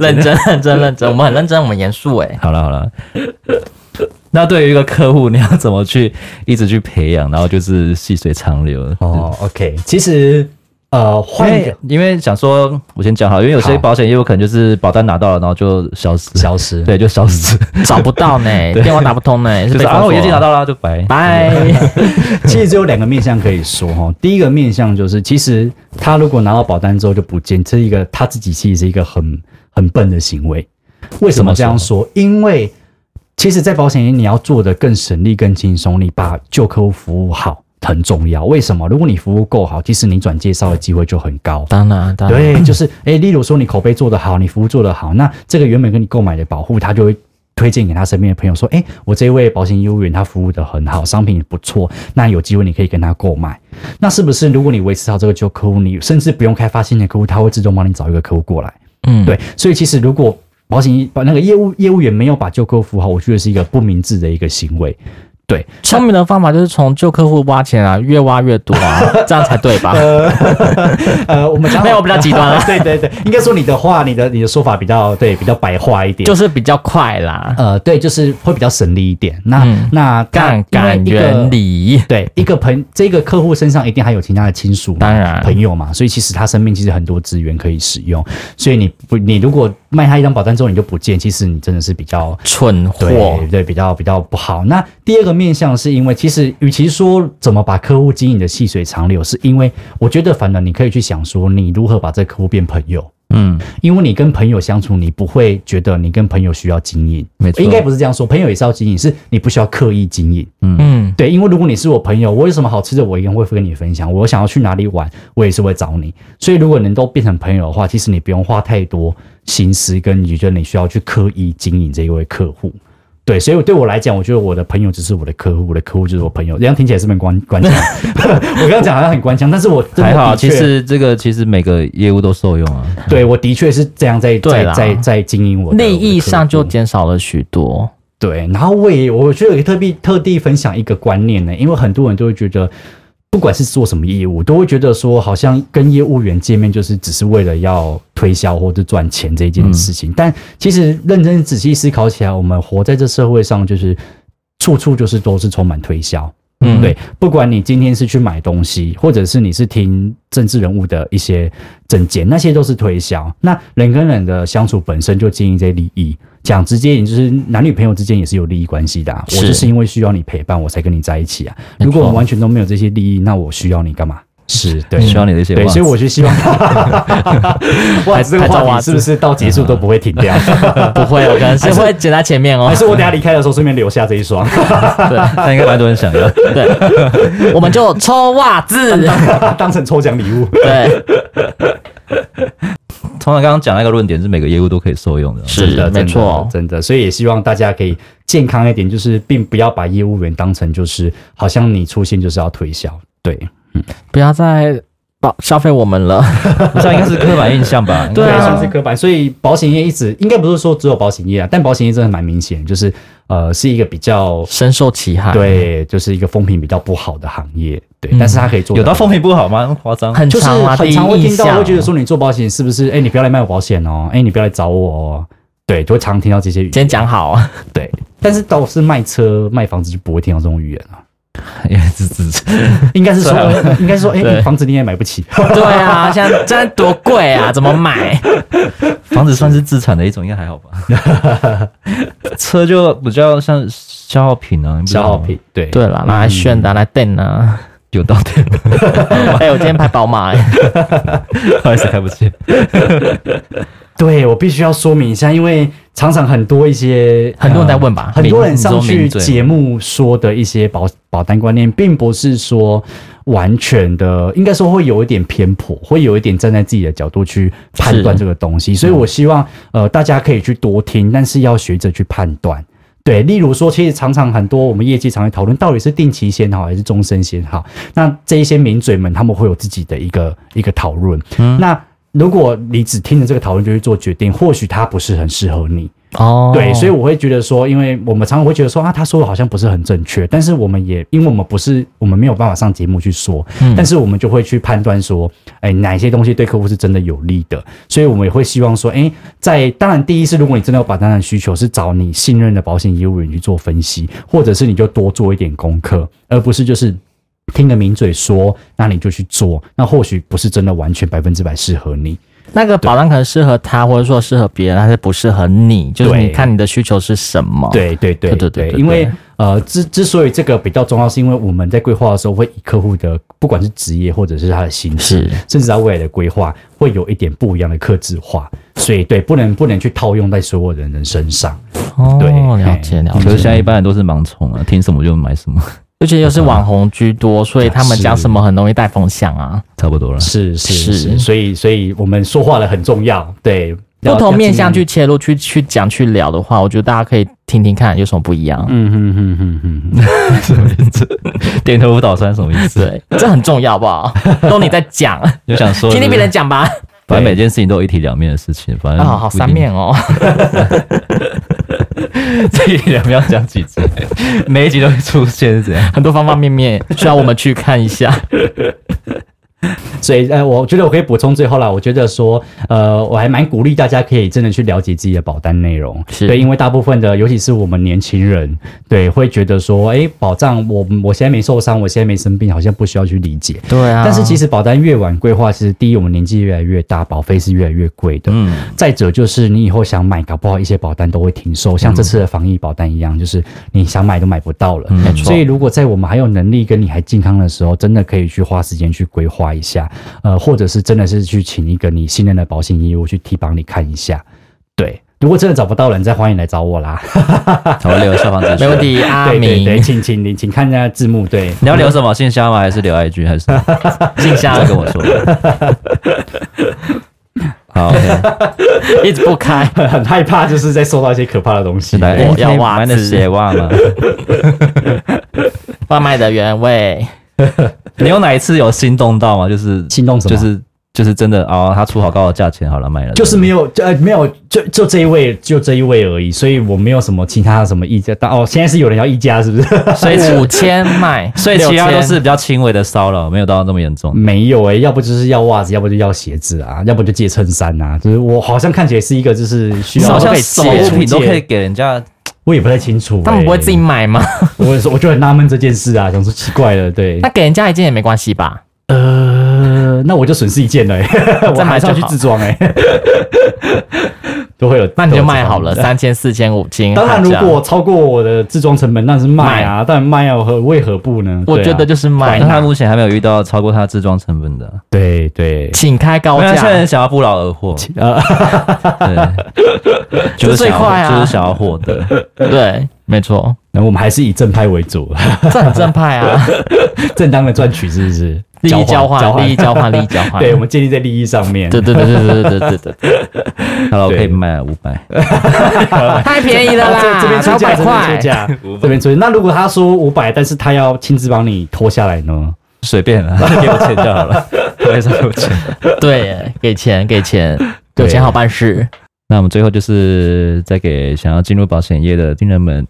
Speaker 3: 认真认真认真，我们很认真，我们严肃 哎。
Speaker 1: 好了好了， 那对于一个客户，你要怎么去一直去培养，然后就是细水长流？
Speaker 2: 哦，OK，其实呃，
Speaker 1: 因
Speaker 2: 换一
Speaker 1: 为
Speaker 2: 个
Speaker 1: 因为想说，我先讲好了，因为有些
Speaker 2: 好
Speaker 1: 保险业务可能就是保单拿到了，然后就消失，
Speaker 2: 消失，
Speaker 1: 对，就消失，
Speaker 3: 找不到呢，电话打不通呢，是
Speaker 1: 就
Speaker 3: 被
Speaker 1: 是啊，
Speaker 3: 封
Speaker 1: 我业绩
Speaker 3: 锁
Speaker 1: 拿。到了就白。
Speaker 3: 拜，
Speaker 2: 其实只有两个面向可以说哈。第一个面向就是，其实他如果拿到保单之后就不见，这是一个他自己其实是一个很很笨的行为。为什么这样说？因为其实，在保险业你要做的更省力、更轻松，你把旧客户服务好很重要。为什么？如果你服务够好，其实你转介绍的机会就很高。
Speaker 3: 当然当然，
Speaker 2: 对，就是诶，例如说你口碑做得好，你服务做得好，那这个原本跟你购买的保护，他就会。推荐给他身边的朋友说：“诶，我这位保险业务员他服务的很好，商品也不错，那有机会你可以跟他购买。那是不是如果你维持好这个旧客户，你甚至不用开发新的客户，他会自动帮你找一个客户过来？
Speaker 3: 嗯，
Speaker 2: 对，所以其实如果保险把那个业务业务员没有把旧客户扶好，我觉得是一个不明智的一个行为。对，
Speaker 3: 聪明的方法就是从旧客户挖钱啊，越挖越多 啊，这样才对吧？
Speaker 2: 呃，我们讲好
Speaker 3: 没有我比较极端啊了
Speaker 2: 对对对，应该说你的话，你的你的说法比较对，比较白话一点。
Speaker 3: 就是比较快啦，
Speaker 2: 呃，对，就是会比较省力一点。那、那
Speaker 3: 杠杆嗯原，
Speaker 2: 那因为一个
Speaker 3: 理。
Speaker 2: 对一个朋这个客户身上一定还有其他的亲属嘛，
Speaker 3: 当然
Speaker 2: 朋友嘛，所以其实他身边其实很多资源可以使用。所以你不，你如果卖他一张保单之后你就不见，其实你真的是比较
Speaker 3: 蠢货
Speaker 2: 对，对，比较比较不好。那第二个面向是因为，其实与其说怎么把客户经营的细水长流，是因为我觉得反而你可以去想说，你如何把这个客户变朋友。
Speaker 1: 嗯，
Speaker 2: 因为你跟朋友相处，你不会觉得你跟朋友需要经营，
Speaker 1: 没错
Speaker 2: 应该不是这样说，朋友也是要经营，是你不需要刻意经营。
Speaker 3: 嗯，
Speaker 2: 对，因为如果你是我朋友，我有什么好吃的，我一定会跟你分享。我想要去哪里玩，我也是会找你。所以如果能够变成朋友的话，其实你不用花太多心思，跟你觉得你需要去刻意经营这一位客户。对，所以对我来讲，我觉得我的朋友只是我的客户，我的客户就是我朋友。这样听起来是不是很官 官腔？我刚刚讲好像很官腔，但是我真的
Speaker 1: 还好，啊
Speaker 2: 的确
Speaker 1: 其实这个其实每个业务都受用啊。
Speaker 2: 对我的确是这样在
Speaker 3: 对
Speaker 2: 在
Speaker 3: 啦
Speaker 2: 在在经营我的
Speaker 3: 利益上
Speaker 2: 我的客户
Speaker 3: 就减少了许多。
Speaker 2: 对，然后我也我觉得有特地特地分享一个观念呢，因为很多人都会觉得，不管是做什么业务，都会觉得说，好像跟业务员见面就是只是为了要推销或者赚钱这件事情。但其实认真仔细思考起来，我们活在这社会上，就是处处就是都是充满推销。
Speaker 3: 嗯
Speaker 2: 对，不管你今天是去买东西，或者是你是听政治人物的一些政见，那些都是推销。那人跟人的相处本身就经营这些利益，讲直接一点，就是男女朋友之间也是有利益关系的、啊。我
Speaker 3: 是
Speaker 2: 就是因为需要你陪伴，我才跟你在一起啊。
Speaker 3: 没错
Speaker 2: 如果我完全都没有这些利益，那我需要你干嘛？ 是对，
Speaker 1: 需要你的一些
Speaker 2: 对，
Speaker 1: 袜
Speaker 2: 所以
Speaker 1: 子
Speaker 2: 我就希望，哇，这个
Speaker 3: 拍照
Speaker 2: 话
Speaker 3: 袜
Speaker 2: 题
Speaker 3: 子
Speaker 2: 是不是到结束都不会停掉？
Speaker 3: 不会，我可能是会剪在前面哦
Speaker 2: 还。是我等一下离开的时候顺便留下这一双？
Speaker 1: 那应该蛮多人想要。
Speaker 3: 对， 我们就抽袜子。
Speaker 2: 当成抽奖礼物。
Speaker 3: 对，
Speaker 1: 通常刚刚讲那个论点是每个业务都可以受用的啊。
Speaker 3: 是
Speaker 2: 真的，
Speaker 3: 没错
Speaker 2: 真的真的，所以也希望大家可以健康一点，就是并不要把业务员当成就是好像你出现就是要推销，对，
Speaker 3: 不要再报消费我们了。
Speaker 1: 这样应该是刻板印象吧？
Speaker 3: 对啊
Speaker 1: 应该
Speaker 2: 算
Speaker 1: 算
Speaker 2: 是
Speaker 1: 是
Speaker 2: 刻板。所以保险业一直应该不是说只有保险业啊，但保险业真的蛮明显，就是呃是一个比较
Speaker 3: 深受其害，，
Speaker 2: 对，就是一个风评比较不好的行业，对，
Speaker 3: 嗯
Speaker 2: 但是它可以做
Speaker 1: 有
Speaker 2: 到
Speaker 1: 到风评不好吗？夸张。
Speaker 3: 很
Speaker 2: 就是
Speaker 3: 长啊，
Speaker 2: 很
Speaker 3: 第一
Speaker 2: 常会
Speaker 3: 印
Speaker 2: 听到，
Speaker 3: 象
Speaker 2: 会觉得说你做保险是不是？哎、你不要来卖我保险哦，哎、你不要来找我哦，对，就会常听到这些语言。
Speaker 3: 先 讲好，
Speaker 2: 对，但是倒是卖车、卖房子就不会听到这种语言了、
Speaker 1: 也是是是
Speaker 2: 应该是说，应该是说，哎、
Speaker 3: 对
Speaker 2: 你房子你也买不 起，
Speaker 3: 对啊，现在现在多贵啊，怎么买？
Speaker 1: 房子算是资产的一种，应该还好吧？ 车就比较像消耗品啊，你不知
Speaker 2: 消
Speaker 1: 道吗
Speaker 2: 耗品，对
Speaker 3: 对了，拿来炫的，拿来电啊。
Speaker 1: 有到底，
Speaker 3: 哎、我今天拍宝马、哎
Speaker 1: 不好意思，开不起。
Speaker 2: 对，我必须要说明一下，因为常常很多一些
Speaker 3: 很多人在问吧
Speaker 2: 呃很多人上
Speaker 1: 民
Speaker 2: 去
Speaker 1: 民众
Speaker 2: 节目说的一些保保单观念，并不是说完全的，应该说会有一点偏颇，会有一点站在自己的角度去判断
Speaker 3: 是
Speaker 2: 这个东西，所以我希望呃大家可以去多听，但是要学着去判断。对，例如说，其实常常很多我们业界常会讨论，到底是定期先好还是终身先好？那这一些名嘴们，他们会有自己的一个一个讨论。那如果你只听着这个讨论就去做决定，或许它不是很适合你。
Speaker 3: 哦
Speaker 2: 对，所以我会觉得说，因为我们常常会觉得说啊，他说的好像不是很正确，但是我们也因为我们不是我们没有办法上节目去说，但是我们就会去判断说，哎，哪些东西对客户是真的有利的，所以我们也会希望说，哎，在当然第一是如果你真的有把单的需求，是找你信任的保险业务员去做分析，或者是你就多做一点功课，而不是就是。听个名嘴说，那你就去做，那或许不是真的完全百分之百适合你。
Speaker 3: 那个保单可能适合他，或者说适合别人，但是不适合你，就是
Speaker 2: 对
Speaker 3: 你看你的需求是什么。，
Speaker 2: 对对对
Speaker 3: 哦对对对对
Speaker 2: 因为
Speaker 3: 对
Speaker 2: 呃，之之所以这个比较重要，是因为我们在规划的时候会以客户的不管是职业或者是他的形式
Speaker 3: 是，
Speaker 2: 甚至他未来的规划，会有一点不一样的克制化，所以对，不能不能去套用在所有的人身上。
Speaker 3: 哦，
Speaker 2: 对
Speaker 3: 了解了
Speaker 1: 可
Speaker 3: 解。
Speaker 1: 是现在一般人都是盲从啊，听什么就买什么，
Speaker 3: 而且又是网红居多，所以他们讲什么很容易带风向啊。
Speaker 1: 差不多了。
Speaker 2: 是是
Speaker 3: 是
Speaker 2: 是，所以所以我们说话的很重要，对，
Speaker 3: 不
Speaker 2: 要
Speaker 3: 同面向。
Speaker 2: 要尽
Speaker 3: 去切入、去去讲、去聊的话，我觉得大家可以听听看有什么不一样。
Speaker 2: 嗯哼哼哼哼 哼，
Speaker 1: 点头不倒算什么意思？
Speaker 3: 对，这很重要，好不好？都你在讲，
Speaker 1: 就想说，
Speaker 3: 听听别人讲吧。
Speaker 1: 反正每件事情都有一体两面的事情，反正
Speaker 3: 啊，好
Speaker 1: 嗯不一定
Speaker 3: 三面哦，
Speaker 1: 这一体两面要讲几 集，每一集都会出现是怎样？
Speaker 3: 很多方方面面需要我们去看一下。
Speaker 2: 所以呃，我觉得我可以补充最后啦，我觉得说，呃，我还蛮鼓励大家可以真的去了解自己的保单内容，
Speaker 3: 是
Speaker 2: 对，因为大部分的，尤其是我们年轻人，对，会觉得说，哎，保障我我现在没受伤，我现在没生病，好像不需要去理解。
Speaker 3: 对啊
Speaker 2: 但是其实保单越晚规划，其实第一，我们年纪越来越大，保费是越来越贵的。
Speaker 1: 嗯，
Speaker 2: 再者就是你以后想买，搞不好一些保单都会停售，
Speaker 3: 嗯
Speaker 2: 像这次的防疫保单一样，就是你想买都买不到了。
Speaker 3: 没错
Speaker 2: 所以，如果在我们还有能力跟你还健康的时候，真的可以去花时间去规划一下，呃，或者是真的是去请一个你信任的保险业务去替帮你看一下。对，如果真的找不到人，再欢迎来找我啦。
Speaker 1: 好，留消防指
Speaker 3: 没问。题，阿
Speaker 2: 对对对，
Speaker 3: 明
Speaker 2: 请请你请看一下字幕，对。
Speaker 1: 你要留什么信箱吗？还是留 IG？还是
Speaker 3: 静下
Speaker 1: 再
Speaker 3: 来
Speaker 1: 跟我说？好，OK，
Speaker 3: 一直不开，
Speaker 2: 很害怕，就是在收到一些可怕的东西。哦
Speaker 1: 来，
Speaker 2: 对
Speaker 3: 我要
Speaker 1: 哎
Speaker 3: 袜
Speaker 1: 买的
Speaker 3: 子
Speaker 1: 鞋袜吗？
Speaker 3: 外卖的原味，
Speaker 1: 你有哪一次有心动到吗？就是
Speaker 2: 心动什么
Speaker 1: 就是就是真的哦，他出好高的价钱，好了，买了。
Speaker 2: 就是没有，就呃没有，就就这一位，就这一位而已，所以我没有什么其他什么议价。但哦，现在是有人要议价，是不是？
Speaker 1: 所以
Speaker 3: 五千卖，
Speaker 1: 所以其他都
Speaker 3: 6000
Speaker 1: 是比较轻微的骚扰，没有到那么严重。
Speaker 2: 没有诶、要不就是要袜子，要不就要鞋子啊，要不就借衬衫啊。就是我好像看起来是一个，就是需
Speaker 1: 你
Speaker 2: 要
Speaker 1: 好像
Speaker 3: 被
Speaker 1: 手
Speaker 3: 借
Speaker 1: 品都可以
Speaker 2: 借，
Speaker 1: 给人家，
Speaker 2: 我也不太清楚、欸。
Speaker 3: 他们不会自己，买吗？
Speaker 2: 我也是我就很纳闷这件事啊，想说奇怪了，对
Speaker 3: 那，给人家一件也没关系吧？
Speaker 2: 呃，那我就损失一件了、欸，我
Speaker 3: 再
Speaker 2: 还
Speaker 3: 买就是
Speaker 2: 要去
Speaker 3: 好
Speaker 2: 自装哎、都会有，
Speaker 3: 那你就
Speaker 2: 都有
Speaker 3: 卖
Speaker 2: 这
Speaker 3: 好
Speaker 2: 种
Speaker 3: 了，三千、四千、五千。
Speaker 2: 当然，
Speaker 3: 喊
Speaker 2: 如
Speaker 3: 价
Speaker 2: 果超过我的自装成本，那是卖啊，但卖啊，何为何不呢？
Speaker 3: 我
Speaker 2: 对啊
Speaker 3: 觉得就是卖
Speaker 1: 但
Speaker 3: 啦，
Speaker 1: 他目前还没有遇到超过他自装成本的。
Speaker 2: 对 对，啊
Speaker 3: 请开高
Speaker 1: 没有，现在
Speaker 3: 价
Speaker 1: 人，想要不劳而获，
Speaker 2: 呃，
Speaker 1: 对，就是
Speaker 3: 最
Speaker 1: 想要
Speaker 3: 快啊
Speaker 1: 就是想要获得。
Speaker 3: 对，没错，
Speaker 2: 那我们还是以正派为主，
Speaker 3: 这很正派啊，
Speaker 2: 正当的赚取是不是？
Speaker 3: 利益交
Speaker 2: 交
Speaker 3: 换，利益交换，利益交换。
Speaker 2: 对，我们建立在利益上面。
Speaker 3: 对对对对对对对对对，
Speaker 1: 好了，我可以
Speaker 2: 对
Speaker 1: 卖五百，
Speaker 3: 太便宜了
Speaker 2: 哦这
Speaker 3: 啦，
Speaker 2: 这边出
Speaker 3: 超
Speaker 2: 价，
Speaker 3: 百
Speaker 2: 这边
Speaker 3: 块
Speaker 2: 出，价，这边出价。那如果他说五百，但是他要亲自帮你脱下来呢？
Speaker 1: 随便了，给我钱就好了，我也是给我钱。
Speaker 3: 对，给钱给钱，
Speaker 2: 对
Speaker 3: 有钱好办事。
Speaker 1: 那我们最后就是再给想要进入保险业的新人们，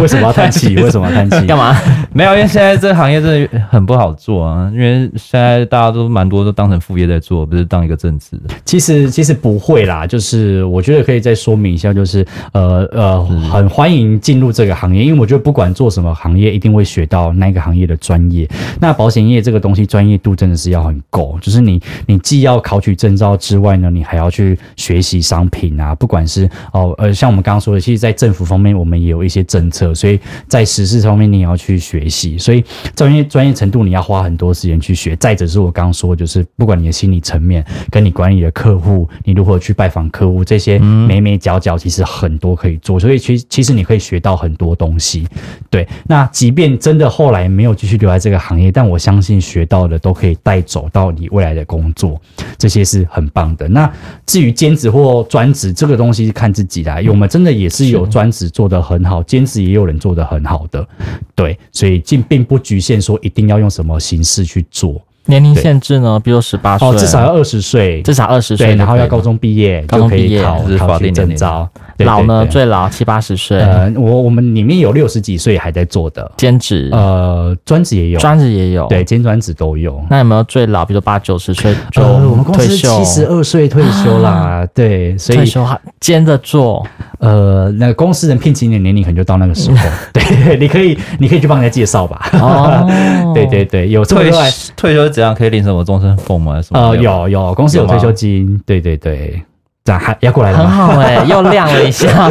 Speaker 2: 为什么要叹 气？为什么要叹气？
Speaker 3: 干嘛？
Speaker 1: 没有，因为现在这个行业真的很不好做啊，因为现在大家都蛮多都当成副业在做，不是当一个正职。
Speaker 2: 其实其实不会啦，就是我觉得可以再说明一下，就是呃呃，很欢迎进入这个行业，因为我觉得不管做什么行业，一定会学到那个行业的专业。那保险业这个东西，专业度真的是要很够，就是你你既要考取证照之外呢，你还要去学习商品啊，不管是哦呃，像我们刚刚说的，其实，在政府方面我们也有一些政策，所以在实施方面你也要去学习，所以专业专业程度你要花很多时间去学。再者是我刚刚说，就是不管你的心理层面，跟你管理的客户，你如何去拜访客户，这些眉眉角角其实很多可以做，所以其实其实你可以学到很多东西。对，那即便真的后来没有继续留在这个行业，但我相信学到的都可以带走到你未来的工作，这些是很棒的。那至于兼职或专职这个东西，看自己啦。我们真的也是有专职做得很好，兼职也有人做得很好的，对，所以并并不局限说一定要用什么形式去做。
Speaker 3: 年龄限制呢？比如十八岁，
Speaker 2: 哦，至少要二十岁，
Speaker 3: 至少二啊十
Speaker 2: 对，
Speaker 3: 岁，
Speaker 2: 然后要高。中毕业
Speaker 3: 高
Speaker 2: 就
Speaker 3: 中
Speaker 2: 可
Speaker 3: 毕
Speaker 2: 以
Speaker 3: 业
Speaker 2: 考
Speaker 1: 就是
Speaker 2: 考
Speaker 1: 法
Speaker 2: 取
Speaker 1: 定年
Speaker 2: 证
Speaker 1: 龄
Speaker 2: 照。对
Speaker 3: 老呢，
Speaker 2: 对对
Speaker 3: 最老七八十岁，
Speaker 2: 呃，我我们里面有六十几岁还在做的，
Speaker 3: 兼职、
Speaker 2: 呃，专职也有，
Speaker 3: 专职也有。
Speaker 2: 对，，兼专职都有。
Speaker 3: 那有没有最老，比如八九十岁就
Speaker 2: 呃，我们公
Speaker 3: 退
Speaker 2: 司
Speaker 3: 休？
Speaker 2: 七十二岁退休啦，啊对，所
Speaker 3: 退
Speaker 2: 以
Speaker 3: 休还兼着 做，
Speaker 2: 呃，那个公司人聘请你的年龄可能就到那个时 候，对，你可以，你可以去帮人家介绍吧。
Speaker 3: 哦
Speaker 2: 对对对，有这么
Speaker 1: 退
Speaker 2: 多来
Speaker 1: 休 退休怎样可以领什么终身俸吗？还是什么
Speaker 2: 呃，
Speaker 1: 没有？
Speaker 2: 有有公司有
Speaker 1: 有吗
Speaker 2: 退休金，对对对，这样还要过来了
Speaker 3: 很
Speaker 2: 吗？
Speaker 3: 好哎、又亮了 一下。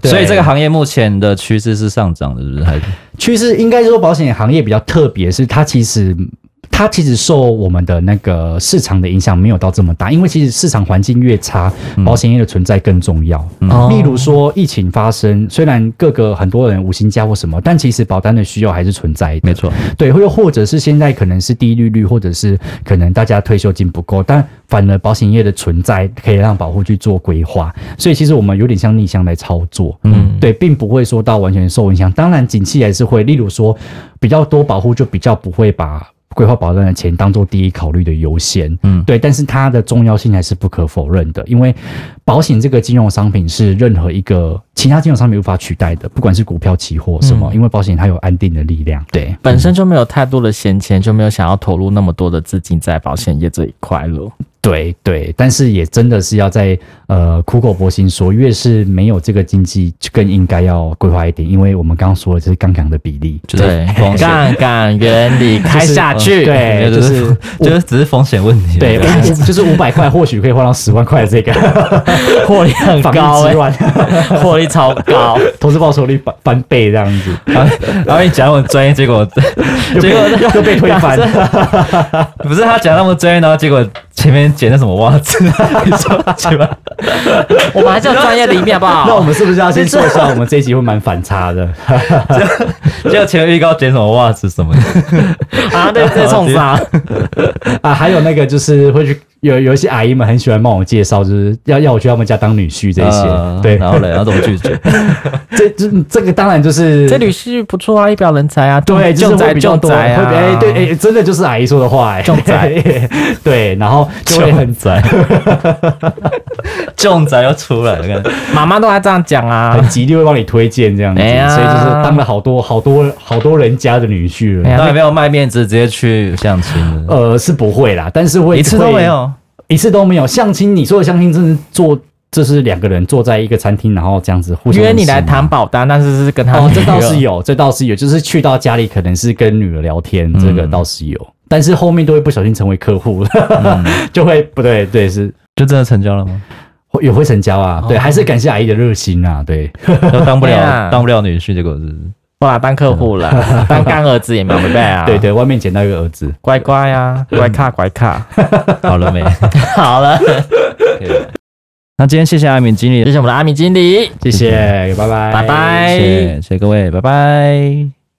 Speaker 2: 对
Speaker 1: 所以这个行业目前的趋势是上涨的，是不是？还是
Speaker 2: 趋势应该说保险行业比较特别，是它其实。它其实受我们的那个市场的影响没有到这么大，因为其实市场环境越差，
Speaker 1: 嗯
Speaker 2: 保险业的存在更重要。
Speaker 3: 哦
Speaker 2: 例如说疫情发生，虽然各个很多人无薪假或什么，但其实保单的需要还是存在的。
Speaker 1: 没错，
Speaker 2: 对，又或者是现在可能是低利率，或者是可能大家退休金不够，但反而保险业的存在可以让保护去做规划，所以其实我们有点像逆向来操作，
Speaker 3: 嗯，
Speaker 2: 对，并不会说到完全受影响。当然，景气还是会，例如说比较多保护就比较不会把。规划保单的钱当做第一考虑的优先。
Speaker 1: 嗯
Speaker 2: 对，但是它的重要性还是不可否认的，因为保险这个金融商品是任何一个其他金融商品无法取代的，不管是股票、期货什么，因为保险它有安定的力量。对，
Speaker 3: 本身就没有太多的闲钱，就没有想要投入那么多的资金在保险业这一块了。
Speaker 2: 对对，但是也真的是要在呃苦口婆心说，越是没有这个经济，就更应该要规划一点，因为我们刚刚说的就是杠杆的比例。
Speaker 1: 就是风险，
Speaker 3: 杠杆原理 开 下去，
Speaker 2: 对
Speaker 1: 就
Speaker 2: 就是
Speaker 1: 是就是只是风险问题。
Speaker 2: 对，就是五百块或许可以换到十万块的这个
Speaker 3: 获利很
Speaker 2: 防御 之
Speaker 3: 高哎、
Speaker 2: 乱，
Speaker 3: 获利超 高。
Speaker 2: 欸投资报酬率翻翻倍这样 子，
Speaker 1: 然后然后你讲我专业，结果
Speaker 2: 又
Speaker 1: 结果
Speaker 2: 被又被推翻。
Speaker 1: 不是他讲那么专业，然后结果前面剪那什么袜子， 你说去吧。
Speaker 3: 我们还是有专业的一面，好 不
Speaker 2: 那我
Speaker 3: 好？
Speaker 2: 们是不是要先说一下，我们这一集会蛮反差的？
Speaker 1: 结果前面预告剪什么袜子什么的，
Speaker 3: 啊， 对，这冲啥？
Speaker 2: 啊，还有那个就是会去有有一些阿姨们很喜欢帮我介绍，就是要要我去他们家当女婿这些。
Speaker 1: 呃
Speaker 2: 对，
Speaker 1: 然后嘞，然后怎么拒绝？
Speaker 2: 这这这个当然就是
Speaker 3: 这女婿不错啊，一表人才啊，
Speaker 2: 对，就是
Speaker 3: 重
Speaker 2: 会
Speaker 3: 宅
Speaker 2: 比较
Speaker 3: 重
Speaker 2: 多，
Speaker 3: 宅
Speaker 2: 会比哎、
Speaker 3: 啊，
Speaker 2: 对哎、真的就是阿姨说的话哎、
Speaker 3: 重宅
Speaker 2: 对，然后就会很
Speaker 1: 宅，重宅又出来了，看
Speaker 3: 妈妈都爱这样讲啊
Speaker 2: 很。极力会帮你推荐这样子，
Speaker 3: 哎呀
Speaker 2: 所以就是当了好多好多好多人家的女婿了。
Speaker 3: 哎呀
Speaker 1: 当然没有卖面子，直接去相亲了，
Speaker 2: 呃，是不会啦，但是会哦
Speaker 1: 一次都没，有。
Speaker 2: 一次都没有相亲。你说的相亲，真是坐，就是两个人坐在一个餐厅，然后这样子互相
Speaker 3: 约你来
Speaker 2: 认识
Speaker 3: 谈保单，但是是跟他
Speaker 2: 哦，
Speaker 3: 女
Speaker 2: 这倒
Speaker 3: 儿
Speaker 2: 是有，这倒是有，就是去到家里可能是跟女儿聊天，这个倒是有，但是后面都会不小心成为客户， 就会不对，对是。
Speaker 1: 就真的成交了吗？
Speaker 2: 会也会成交啊，对，还是感谢阿姨的热心啊，对，
Speaker 1: 就当不
Speaker 3: 哎呀
Speaker 1: 了，当不了女婿，结果是
Speaker 3: 不啦，当客 户了，当干儿子也没有对啊，
Speaker 2: 对，对，外面捡到一个儿子，
Speaker 3: 乖乖啊，乖卡乖 卡，
Speaker 1: 好了 没？
Speaker 3: 好 了，
Speaker 1: 可以了那今天谢谢阿敏经理
Speaker 3: 谢，谢我们的阿米经理，
Speaker 2: 谢谢，拜拜，
Speaker 3: 拜拜
Speaker 1: 谢谢谢谢各位，拜拜。